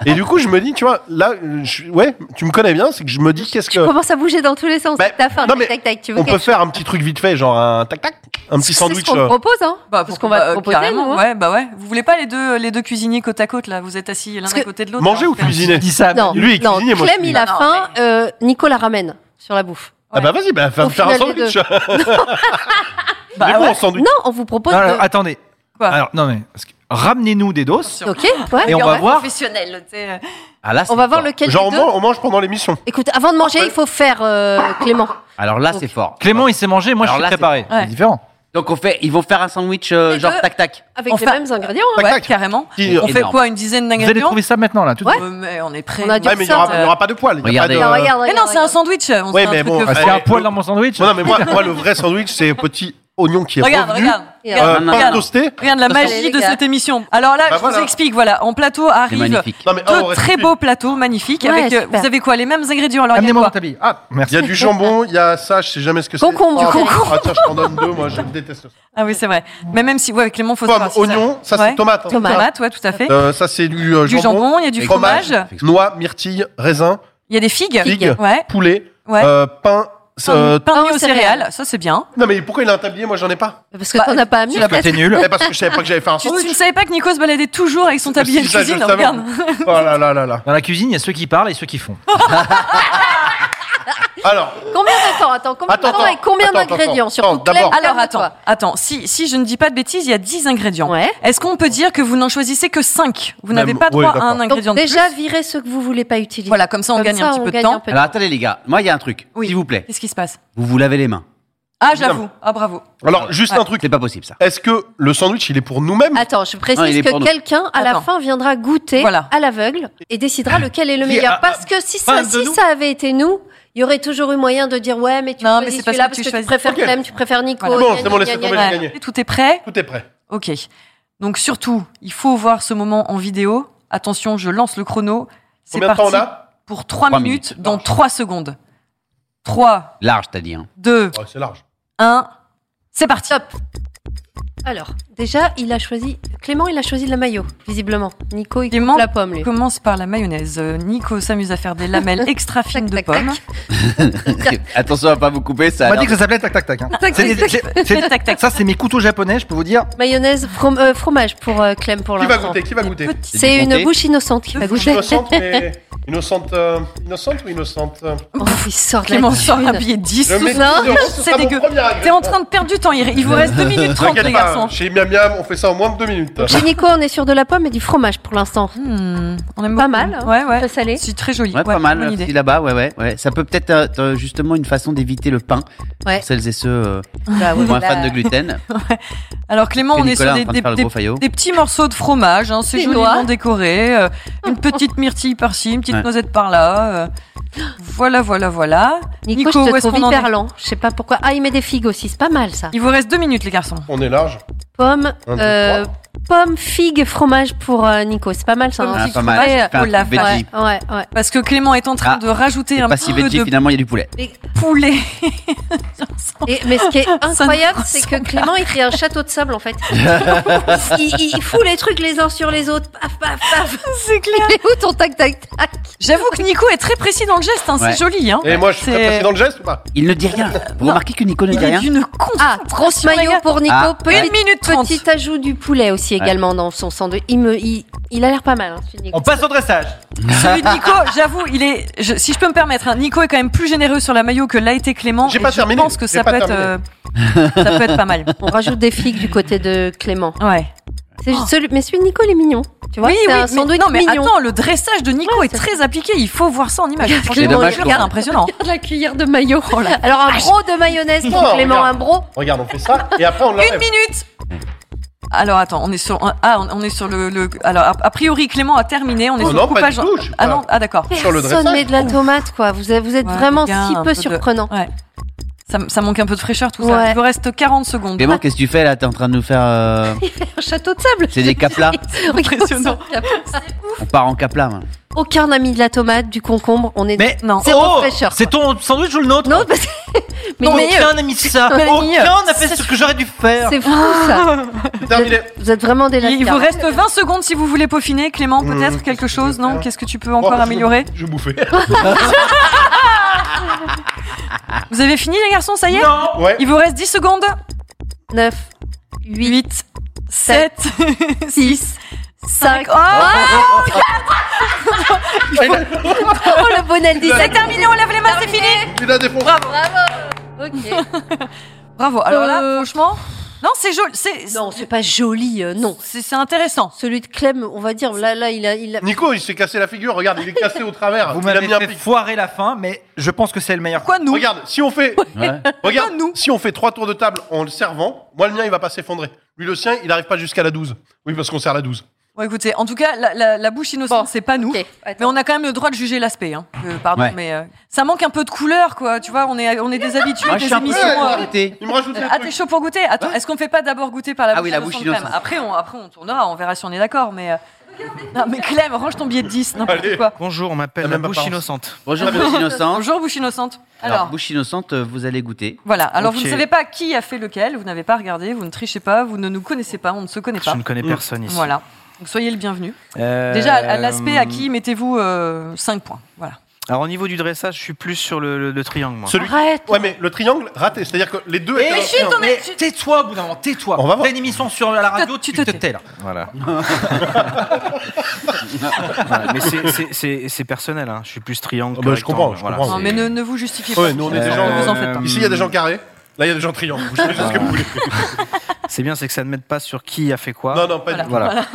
Et du coup, je me dis, tu vois, là, je suis- ouais, tu me connais bien, c'est que je me dis, qu'est-ce
Tu
que
commences à bouger dans tous les sens.
Bah,
T'as faim,
non, mais
tac, tac, tac. Tu veux
on peut
quelque
faire un petit truc vite fait, genre un tac tac, un petit
chose C'est ce
sandwich.
qu'on te
euh,
propose, hein
Bah,
Parce
pourquoi
qu'on va
pas,
te
euh,
proposer,
carrément,
nous. hein.
ouais, bah ouais. Vous voulez pas les deux, les deux cuisiniers côte à côte là Vous êtes assis l'un
Parce
à
que-
côté de l'autre.
Manger
là,
ou
faire-
cuisiner
Dis ça.
Non,
Lui, il est
non,
cuisinier, moi, je
Clem, il a
cuisine.
faim. euh, Nico la ramène sur la bouffe.
Ah bah vas-y, bah, fais-
Au
faire un
final, les
sandwich.
deux.
*laughs*
*laughs*
Il
Bah
est bon en sandwich.
Non, on vous propose.
Non,
Ah,
alors,
de-
attendez.
Quoi
Alors, non, mais parce que- ramenez-nous des doses.
Ok, ouais.
Et on
Il y
va
aurait
voir.
Professionnel, tu sais.
Ah là, c'est
On va voir
fort.
lequel
Genre,
des
on
deux.
mange- on mange pendant l'émission.
Écoute, avant de manger, il faut faire euh, Clément.
Alors là, c'est fort.
Clément, il s'est mangé, moi,
Alors
je
là,
suis
c'est-
préparé.
Ouais.
C'est différent.
Donc on fait, ils vont faire un sandwich euh,
Les
genre
deux.
tac tac.
Avec
On
les
fait-
mêmes ingrédients. hein.
Tac,
Ouais,
tac.
carrément.
Qui-
On fait
Énorme.
quoi Une dizaine
Vous allez
d'ingrédients
trouver ça maintenant, là. Tout de
Ouais.
suite.
Euh, mais on est prêt.
On a dû
Ouais, mais il n'y aura,
sorte,
il y aura pas de poils. il y aura
Regardez.
pas de-
Alors, regarde,
Mais
regarde,
non, c'est un
regarde.
sandwich. On se
Ouais,
fait un
mais
truc
bon, bah,
de
Ah,
fou.
c'est
Ouais.
un poil dans mon sandwich.
Non, mais moi, moi, le vrai sandwich, c'est petit oignon qui est
Regarde,
revenu,
regarde.
euh,
Regarde,
pain
regarde.
toasté.
Regarde la
Ça, c'est-
magie de
les gars.
cette émission. Alors là,
Bah
je
voilà.
vous explique, voilà, en plateau
C'est
arrive
magnifique.
Non, mais oh,
deux
restez
très
dessus.
beaux plateaux magnifiques
Ouais,
avec, euh,
super.
vous savez quoi, les mêmes ingrédients. Alors, il y a
Amenez-moi mon
quoi
tablier. Ah, merci.
Il y a du jambon, il y a ça, je sais jamais ce que c'est.
Concombre.
Ah,
Du concombre.
Ah, tiens, je t'en donne deux, moi, je déteste ça.
Ah oui, c'est vrai. Mais même si, ouais, avec Clément, faut
Pomme,
savoir si
oignon, ça, c'est
Ouais.
tomate. hein.
Tomate.
Tomate, ouais, tout à fait.
Euh, ça, c'est du, euh,
Du jambon, il y a du
fromage,
fromage.
noix, myrtille, raisin,
Il y a des figues.
Figues.
Ouais,
poulet,
ouais.
euh, pain. euh,
Pain pain mis
pain
aux
aux céréales.
céréales, ça c'est bien.
Non, mais pourquoi il a un tablier Moi, j'en ai pas.
Parce que
Bah,
t'en as pas amené.
Parce que t'es nul.
Eh, Parce que je savais pas que j'avais fait un
Tu, tu ne
sandwich.
savais pas que Nico se baladait toujours avec son tablier de
Si, ça, je
cuisine,
le savais.
regarde.
Oh là là là là.
Dans la cuisine, il y a ceux qui parlent et ceux qui font.
Bah, Alors,
Combien de temps Attends, combien
Attends,
de temps
attends.
et combien
Attends, attends,
d'ingrédients
attends.
Surtout
Attends, d'abord.
Clem,
Alors
calme-toi.
attends, attends, si, si je ne dis pas de bêtises, il y a 10 ingrédients.
Ouais.
Est-ce qu'on peut dire que vous n'en choisissez que 5 Vous n'avez
Même-
pas droit
ouais,
à un
d'accord.
ingrédient
Donc
de
déjà,
plus.
virez ceux que vous voulez pas utiliser.
Voilà, comme ça on
Comme
gagne
ça,
un petit
on
peu de
gagne un
temps.
peu de
Alors attendez les gars, moi il y a un truc,
Oui.
s'il vous plaît.
Qu'est-ce qui se passe
Vous vous lavez les mains.
Ah, j'avoue. Ah, bravo.
Alors, juste un truc.
C'est pas possible ça.
Est-ce que le sandwich, il est pour nous-mêmes
Ah,
Attends, je
Ah,
Non, il
précise
est pour
que
nous.
quelqu'un à la
Attends.
fin viendra goûter
Voilà. Ah.
à l'aveugle et décidera lequel est le
Qui a-
meilleur. Parce que si
pas
ça,
de
si
nous
ça avait été nous, il y aurait toujours eu moyen de dire ouais, mais tu
Non, mais
choisis
c'est pas
celui-là
ça que
parce
tu
que tu
choisis.
préfères
Ok.
Clem, tu préfères Nico.
Voilà. Bon,
gna,
c'est bon,
gna,
laissez
gna,
tomber,
gna.
j'ai gagné.
Ouais. Tout est prêt
Tout est prêt.
Ok. Donc surtout, il faut voir ce moment en vidéo. Attention, je lance le chrono. C'est
Combien de temps
parti
on a
pour 3,
Trois
minutes,
minutes.
dans 3 secondes. 3,
Large, t'as dit. Hein. *laughs*
2,
Oh, C'est large.
1. C'est parti.
Top. Alors, déjà, il a choisi. Clément, il a choisi de la maillot, visiblement. Nico, il
Clément,
coupe la pomme,
On
lui.
commence par la mayonnaise. Euh, Nico s'amuse à faire des
*laughs*
lamelles extra fines de
Tac, tac,
pommes.
Attention à pas vous couper, ça.
On
a
m'a dit
l'air
que ça s'appelait tac tac tac. hein.
Tac,
C'est-
tac,
c'est- c'est-
Tac, tac.
Ça, c'est mes couteaux japonais, je peux vous dire.
Mayonnaise, from- euh, fromage pour euh, Clem pour
Qui va
l'instant.
goûter Qui va goûter
Petit-
C'est
Comptez.
une bouche innocente qui va
Bouche
goûter.
*laughs* Innocente, mais. Innocente, euh, innocente ou innocente euh,
Oh, il sort de la
Clément sort un
thune.
billet de 10.
Je mets
Tout
10
ça.
euros, ce
C'est
sera mon
dégueu.
premier regret.
T'es en train de perdre du temps. Il il vous reste 2
*laughs*
minutes 30, les
T'inquiète pas,
garçons.
chez Miam Miam, on fait ça en moins de deux minutes.
Chez Nico, on est sûr de la pomme et du fromage pour l'instant.
Hmm, on aime
Pas
beaucoup.
mal, hein.
Ouais, ouais.
Très salé.
C'est très joli.
Ouais, pas mal, euh,
bonne
petit
idée.
là-bas, ouais, ouais, ouais. Ça peut peut-être être euh, justement une façon d'éviter le pain.
Ouais.
Pour celles et ceux euh,
Bah ouais,
moins
là-
fans de gluten. Ah,
Alors Clément,
Et
on est
Nicolas
sur
en
des,
train de
des-
faire le
des-
gros faillot.
des petits morceaux de fromage, hein, c'est
Des
joliment
noix.
décoré, euh, une petite myrtille par-ci, une petite
Ouais.
noisette par-là. euh, voilà, voilà, voilà.
Nico,
Nico,
je
où
te
est-ce
trouve
qu'on en
hyper
est
lent. Je sais pas pourquoi. Ah, il met des figues aussi. C'est pas mal, ça.
Il vous reste deux minutes, les garçons.
On est large.
Pomme,
Un, deux,
euh,
trois.
pomme, figue, fromage pour euh, Nico. C'est pas mal, ça.
Pomme,
hein.
Ah,
figue,
pas mal.
fromage,
J'ai fait un
oh la
truc
Ouais,
veggie.
ouais, ouais.
Parce que Clément est en train
Ah,
de rajouter un
Pas
petit
si
peu
veggie,
de
finalement, il y a du poulet.
poulet.
Et- mais ce *laughs* qui est
nous
incroyable, c'est que
ressemble.
Clément, il crée un château de sable, en *laughs* fait. il, il- il fout les trucs les uns sur les autres. Paf, paf, paf. *laughs*
c'est clair.
Et où ton tac, tac, tac
J'avoue que Nico est très précis dans le geste, hein,
Ouais.
c'est joli. Hein.
Et moi, je suis
C'est-
très précis dans le geste ou pas
Il ne dit rien. Vous remarquez que Nico ne
Il
dit
est
rien
d'une con.
*laughs* Ah, grosse maillot
*laughs*
pour Nico.
Ah,
petit,
Une minute trente.
petit ajout du poulet aussi également dans son sandwich. Il, me, il, il a l'air pas mal. hein, celui de Nico.
On passe au dressage.
Celui de Nico, j'avoue, il est. je- si je peux me permettre, hein, Nico est quand même plus généreux sur la maillot que l'a été Clément.
J'ai
et
pas
je
terminé,
pense que
j'ai
ça
pas
peut, être,
terminé.
euh, ça peut être pas
*laughs*
mal.
On rajoute des figues du côté de Clément.
Ouais.
C'est juste celui- mais celui de Nico, il est mignon. Tu vois,
oui,
c'est
oui,
un
mais-
sandwich
non, mais
mignon.
attends, le dressage de Nico
Ouais,
est
c'est-
très appliqué. Il faut voir ça en image. Franchement,
Clément,
je
dommage
jure,
qu'on-
C'est
*laughs*
impressionnant.
Regarde la cuillère de maillot. Ah, Oh, Alors, un bro de mayonnaise pour
Non,
Clément,
regarde.
un bro.
Regarde, on fait ça et après on
Une
l'enlève.
minute. Alors attends, on est sur ah on on est sur le, le- alors a, a priori Clément a terminé, on est
Oh
sur
non,
le
pas
coupage.
du tout, je suis
ah
pas-
non, ah d'accord.
Sur le
Personne
dressage.
met de la tomate, quoi. Vous êtes, vous êtes
Ouais,
vraiment
les gars,
si
un
peu,
peu de-
surprenant.
Ouais. Ça, m- ça manque un peu de fraîcheur tout ça.
Ouais.
Il vous reste 40 secondes.
Clément, qu'est-ce que tu fais là T'es en train de nous faire. euh,
Un château de sable.
C'est des caplas.
*laughs*
impressionnant.
On part en capla. hein.
Aucun n'a mis de la tomate, du concombre. On est
Mais
Eh, Non.
Zéro
Oh,
fraîcheur,
C'est ton sandwich ou le nôtre
non, parce que mais
Aucun
mais, euh,
n'a mis ça.
Mais
Aucun n'a fait ce que j'aurais dû faire.
c'est fou ça. Euh,
C'est terminé.
Vous êtes vraiment des
Il
lascars.
vous reste 20 secondes si vous voulez peaufiner. Clément,
Mmh,
peut-être
qu'est-ce
quelque
que je
chose
peux
Non
faire
Qu'est-ce que tu peux encore
Oh, je-
améliorer *laughs*
Je bouffais.
Vous avez fini les garçons, ça y est
Ouais.
Il vous reste 10 secondes
9, 8,
8, 7, *laughs*
6,
5.
5.
Oh,
*laughs* Oh, le bonnet dit
c'est terminé, on lève les mains, c'est fini
Tu l'as défoncé.
Ok.
Bravo. Alors là,
Euh,
franchement, non, c'est joli. C'est
*laughs* Non, c'est pas joli, euh, non.
c'est c'est intéressant.
Celui de Clem, on va dire, là, là, il a. Il a...
Nico, il s'est cassé la figure. Regarde, il est cassé au travers.
Vous
il a
m'avez
mis un
fait
pic.
foirer la fin, mais je pense que c'est le meilleur.
Pourquoi nous
Regarde, si on fait, *laughs* regarde, si on fait trois tours de table en le servant, moi le mien il va pas s'effondrer. Lui le sien, il arrive pas jusqu'à la 12. Oui, parce qu'on sert la 12.
Bon, écoutez, en tout cas, la, la- la bouche innocente, c'est pas nous.
Ok,
Mais
attends.
on a quand même le droit de juger l'aspect. Hein. Euh, pardon,
Ouais.
mais euh, ça manque un peu de couleur, quoi. Tu vois, on est, on est des habitués
Moi, je
des
suis un peu
émissions. euh,
arrêté.
Il me rajoute
euh,
des
ah, t'es
trucs.
chaud pour goûter Attends, est-ce qu'on fait pas d'abord goûter par la
Ah
bouche
oui, la
innocente,
bouche
Clem
innocente.
Après on, après, on tournera, on verra si on est d'accord. Mais, euh, non, mais Clem, range ton billet de 10, n'importe
Allez.
quoi.
Bonjour, on m'appelle
Même
la
pas
bouche
pensé.
innocente.
Bonjour, Bouche Innocente.
Bonjour, bouche innocente.
Alors,
*laughs* Alors,
Bouche Innocente, euh, vous allez goûter.
voilà. Alors, vous ne
Ok.
savez pas qui a fait lequel, vous n'avez pas regardé, vous ne trichez pas, vous ne nous connaissez pas, on ne se connaît
Je
pas. Mm.
ne connais personne ici.
Voilà. Donc soyez le bienvenu.
Euh,
Déjà, à l'aspect acquis, mettez-vous 5 points. Voilà.
Alors, au niveau du dressage, je suis plus sur le, le- le triangle, moi.
Celui.
Arrête.
Ouais, mais le triangle raté, c'est-à-dire que les deux. étaient-
chut, on
mais
est- chut.
tais-toi au bout d'un moment, tais-toi.
On va voir.
T'as une émission sur la radio,
Tu
tu,
te
te
tais.
tais là.
Voilà. Voilà, Mais c'est- c'est- c'est c'est personnel, hein. je suis plus triangle.
Ah
que
bah, je comprends,
rectangle,
je
voilà,
Oh,
comprends.
Non,
c'est-
mais ne, ne vous justifiez pas.
Ouais, nous on est des
Euh,
gens.
vous en hein. faites pas.
Ici il y a des gens carrés. Là il y a des gens triangles. Vous choisissez ce que vous voulez.
C'est bien, c'est que ça ne mette pas sur qui a fait quoi.
Non, non, pas du tout.
Voilà.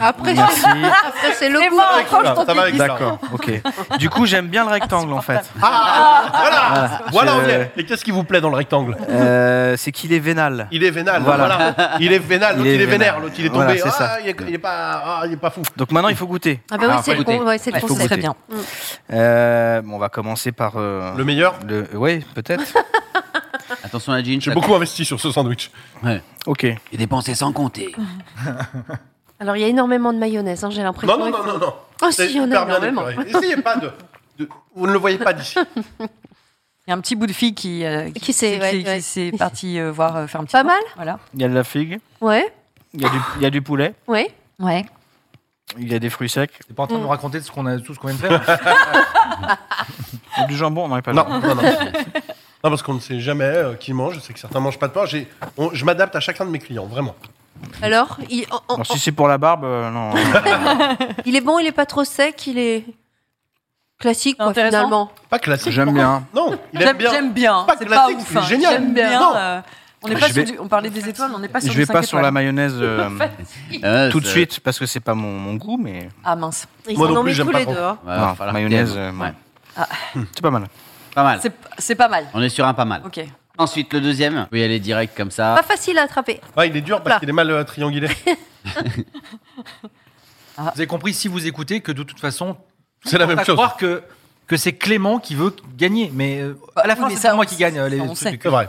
Après,
*laughs*
Merci.
après, c'est le
C'est
coup.
bon,
Voilà,
Ah,
approche ton
ça va avec
petit-
ça.
D'accord, ok. *laughs* Du coup, j'aime bien le rectangle en fait.
Ah, voilà, voilà,
Je-
on y est. Et qu'est-ce qui vous plaît dans le rectangle
Euh, c'est qu'il est vénal.
Il est vénal,
Voilà.
voilà. Il est vénal, l'autre
Il est
il est vénère,
vénal.
l'autre il est tombé.
Voilà, c'est
Ah,
ça.
Il, est, il est pas, ah, il est pas fou.
Donc maintenant, il faut goûter.
Ah, bah oui,
Ah,
c'est le,
faut
con-
goûter.
ouais, c'est le
Ouais, faut
C'est
concept.
très
goûter.
bien.
Euh, bon, on va commencer par. euh,
Le meilleur
le... Oui,
*laughs*
peut-être.
Attention à la jean,
J'ai beaucoup investi sur ce sandwich.
ok.
et dépensé sans compter.
Alors, il y a énormément de mayonnaise, hein, j'ai l'impression.
Non, non, non, non, non.
Oh,
C'est
si, il y en a
hyper bien
énormément.
épuré. Essayez pas de, de- Vous ne le voyez pas d'ici.
Il y a un petit bout de fille qui, euh,
Qui s'est-
qui-
ouais,
qui- qui
ouais.
s'est parti euh, voir euh, faire un petit
Pas
tour.
mal
Voilà.
Il y a de la figue,
Ouais,
il y a du, il y a du poulet,
ouais.
Ouais.
il y a des fruits secs,
T'es pas en train
Mm.
de nous raconter de ce qu'on a, tout ce qu'on vient de *laughs* faire
il y a du jambon, on n'en pas le
Non,
droit.
non, non. Non, parce qu'on ne sait jamais euh, qui mange. Je sais que certains mangent pas de pain. J'ai- on- je m'adapte à chacun de mes clients, vraiment.
Alors, il, en- en-
Alors, si c'est pour la barbe, euh,
*laughs*
non.
il est bon, il est pas trop sec, il est classique, quoi,
Intéressant.
finalement.
Pas classique.
J'aime
pourquoi
bien.
Non, il aime
J'aime
bien.
j'aime bien.
Pas
C'est pas
classique,
ouf.
c'est
hein.
génial.
J'aime bien.
Non.
euh, on n'est pas
Ah, Je
sur
vais-
du- On parlait des étoiles, on n'est pas sur
Je
du
vais
cinq
pas sur la
étoiles.
mayonnaise
*laughs*
euh,
Euh,
tout de
ça-
suite parce que c'est pas mon, mon goût, mais
Ah mince.
Ils
Moi
en
non
ont
plus,
mis
j'aime
tous
pas
les
trop.
deux. hein.
Ouais,
Non,
va falloir
mayonnaise,
qu'il y ait-
euh, Hum,
ouais.
c'est pas mal.
Pas mal.
C'est c'est pas mal.
On est sur un pas mal.
Ok.
Ensuite, le deuxième. Oui, elle est direct comme ça.
*laughs*
Pas facile à attraper.
Ah, il est dur
Là.
parce qu'il est mal euh, triangulé.
Vous avez compris, si vous écoutez, que de toute *laughs* façon,
C'est la
on
même
va
chose.
croire que, que c'est Clément qui veut gagner. Mais euh, à la
Oui,
fin,
mais
c'est
ça,
toujours moi
on
qui gagne. euh, les
sait, on
trucs
sait.
du
C'est
cœur.
vrai.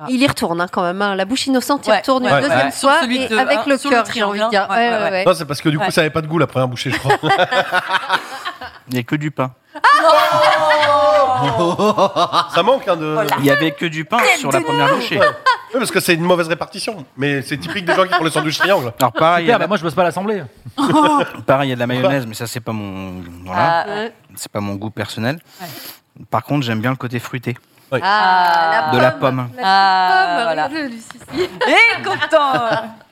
Ah. Il y retourne hein, quand même. hein. La bouche innocente, il
Ouais,
retourne
ouais,
une deuxième
ouais.
fois
Sur celui
et
de-
avec
hein,
le
sur le
cœur, j'ai envie de dire.
triangle, ouais,
Ouais,
ouais,
ouais,
ouais.
ouais.
Non, c'est parce que du coup,
Ouais.
ça n'avait pas de goût la première bouchée, je crois.
Il y a que du pain.
ça manque hein, de.
Il y avait que du pain sur la première bouchée.
Oui, parce que c'est une mauvaise répartition. Mais c'est typique des gens qui font le sandwich triangle.
Alors pareil, il y a
Super,
de
bah moi je bosse pas à l'assemblée.
la- pareil, il y a de la mayonnaise, mais ça c'est pas mon voilà,
Ah,
Euh,
ouais.
c'est pas mon goût personnel. Par contre, j'aime bien le côté fruité
Ah,
de la pomme.
Ah,
pomme,
voilà.
regarde-le, Lucie.
Et content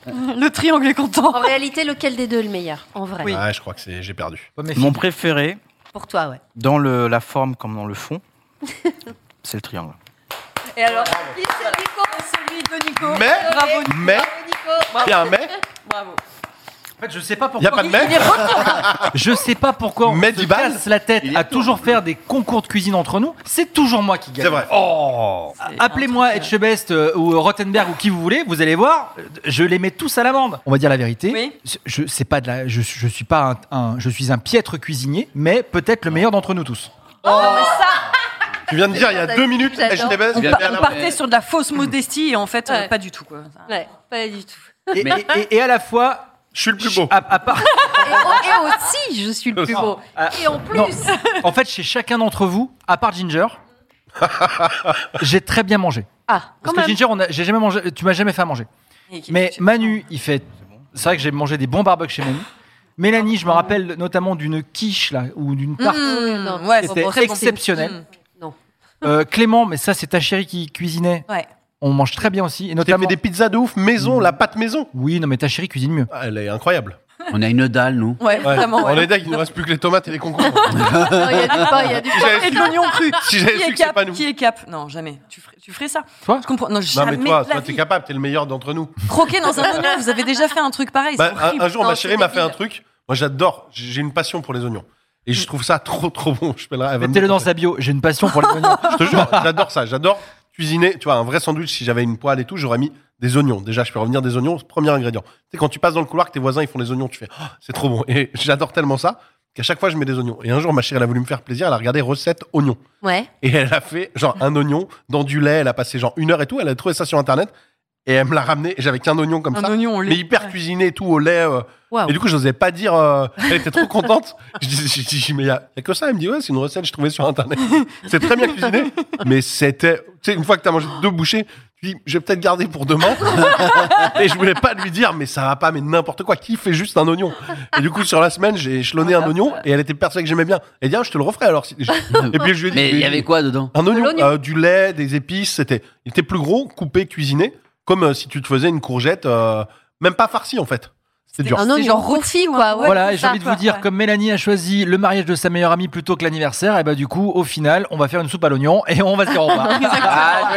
*laughs*
Le triangle est
En
content
réalité, lequel des deux est le meilleur En vrai.
Oui.
Ouais, je crois que c'est- j'ai perdu.
Pas mes filles.
Mon préféré,
Pour toi, ouais.
dans le, la forme comme dans le fond, c'est le triangle.
Et alors, celui de Nico, celui de Nico.
Mais,
Bravo, Nico.
mais, il y a un mais,
Bravo.
En fait, je sais pas
il n'y a
pourquoi.
pas de mais.
Je sais pas pourquoi on
Mais
se
du bal.
casse la tête à toujours faire des concours de cuisine entre nous. C'est toujours moi qui gagne.
C'est vrai.
Oh Appelez-moi Etchebest euh, ou Rottenberg ou qui vous voulez, vous allez voir, euh, je les mets tous à l'amende. On va dire la vérité.
Oui.
Je c'est pas de la, je, je suis pas un, un- je suis un piètre cuisinier, mais peut-être le meilleur d'entre nous tous.
Tu viens de dire il y a
J'adore.
deux minutes,
J'adore.
HTBS,
euh, On,
viens
pa-
bien
on
là.
partait sur de la fausse modestie et en fait, euh,
Ouais.
pas du tout. Quoi.
Ouais, pas du tout.
Et, et- et à la fois,
Je suis *laughs* le plus beau.
à- à part-
Et, et aussi, je suis le plus beau.
Ah.
Et en plus,
Non. en fait, chez chacun d'entre vous, à part
*laughs*
Ginger, j'ai très bien mangé.
ah, quand
Parce
même.
que Ginger, on a- j'ai jamais mangé, tu m'as jamais fait à manger.
Et qui-
Mais
je-
Manu, il fait. C'est vrai que j'ai mangé des bons barbecues chez Manu. Mélanie, je me rappelle notamment d'une quiche là ou d'une tarte.
Mmh,
Non,
ouais,
C'était
bon, Mmh. bon,
exceptionnel.
bon. Non.
Euh, Clément, mais ça c'est ta chérie qui cuisinait.
Ouais.
On mange très bien aussi et
T'as fait
notamment.
des pizzas de ouf, maison, la pâte maison.
Oui, non mais ta chérie cuisine mieux.
Ah, Elle est incroyable.
On a une dalle, nous.
Ouais,
Ouais.
vraiment.
On
ouais.
est dingue, il ne reste plus que les tomates et
*laughs*
les concombres.
Non, Il y a du pain, il y a du
Si
pain.
j'avais
Et
su-
de l'oignon cru.
si
Qui
j'avais su
est
que c'est pas
cap
nous.
Qui est cap Non, jamais. Tu ferais, tu ferais ça
Toi
Je comprends. Non,
Non
jamais
mais toi,
de la
toi t'es
vie.
capable, t'es le meilleur d'entre nous.
Croquer dans
*laughs*
un oignon, vous avez déjà fait un truc pareil.
Bah,
c'est
un,
horrible.
un jour,
Non,
ma chérie
c'est
m'a fait un
débile. Mm.
truc. Moi, j'adore. J'ai une passion pour les oignons. Et je trouve ça trop, trop bon. Je m'appellerai- elle va me
Mettez-le dans
détester.
sa bio. J'ai une passion pour les oignons.
Je te jure, j'adore ça. J'adore cuisiner. Tu vois, un vrai sandwich, si j'avais une poêle et tout, j'aurais mis des oignons. Déjà, je peux revenir des oignons, premier ingrédient. Tu sais, quand tu passes dans le couloir que tes voisins, ils font des oignons, tu fais, Oh, c'est trop bon. Et j'adore tellement ça qu'à chaque fois, je mets des oignons. Et un jour, ma chérie, elle a voulu me faire plaisir, elle a regardé recette oignon.
Ouais.
Et elle a fait, genre, un oignon dans du lait. Elle a passé, genre, une heure et tout. Elle a trouvé ça sur Internet. Et elle me l'a ramené. Et j'avais qu'un oignon comme
Un
ça.
oignon au lait.
mais hyper cuisiné et tout au lait. euh.
Waouh.
Et du coup, je n'osais pas dire. euh, Elle était trop contente. je dis, je dis, mais il n'y a, y a que ça. Elle me dit, ouais, c'est une recette que je trouvais sur
*laughs*
Internet. c'est très bien cuisiné. Mais c'était. Tu sais, une fois que tu as mangé deux bouchées, tu dis, je vais peut-être garder
*laughs*
pour demain. et je voulais pas lui dire, mais ça va pas, mais n'importe quoi. Qui fait juste un oignon Et du coup, sur la semaine, j'ai échelonné un oignon et elle était persuadée que j'aimais bien. Elle dit, ah, je te le referai alors. si-
*laughs*
Et puis, je lui ai dit.
Mais il y
mais-
avait quoi dedans
un oignon,
l'oignon.
euh, du lait, des épices, c'était, il était plus gros, coupé, cuisiné, comme euh, si tu te faisais une courgette, euh, même pas farcie en fait. C'est dur.
Un nom
C'est
de
genre
confit, quoi. ouais,
voilà,
c'est
et j'ai
ça.
envie de vous dire,
ouais.
comme Mélanie a choisi le mariage de sa meilleure amie plutôt que l'anniversaire, et bah du coup, au final, on va faire une soupe à l'oignon et on va se dire au revoir.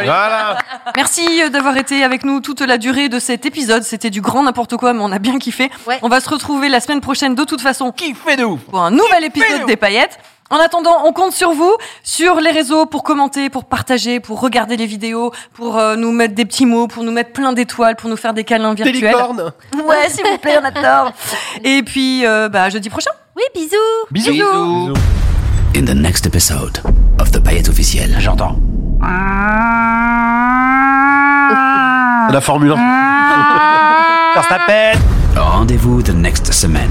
Voilà.
Merci euh, d'avoir été avec nous toute la durée de cet épisode. C'était du grand n'importe quoi, mais on a bien kiffé.
Ouais.
On va se retrouver la semaine prochaine de toute façon
Qui fait de ouf
pour un nouvel épisode des paillettes. En attendant, on compte sur vous, sur les réseaux pour commenter, pour partager, pour regarder les vidéos, pour euh, nous mettre des petits mots, pour nous mettre plein d'étoiles, pour nous faire des câlins
Des
virtuels.
licornes.
Ouais, s'il vous plaît, on adore. Et puis, euh, bah, jeudi prochain.
Oui, bisous.
Bisous.
In the next episode of The Payette Officiel. J'entends.
La Formule 1.
Rendez-vous the next semaine.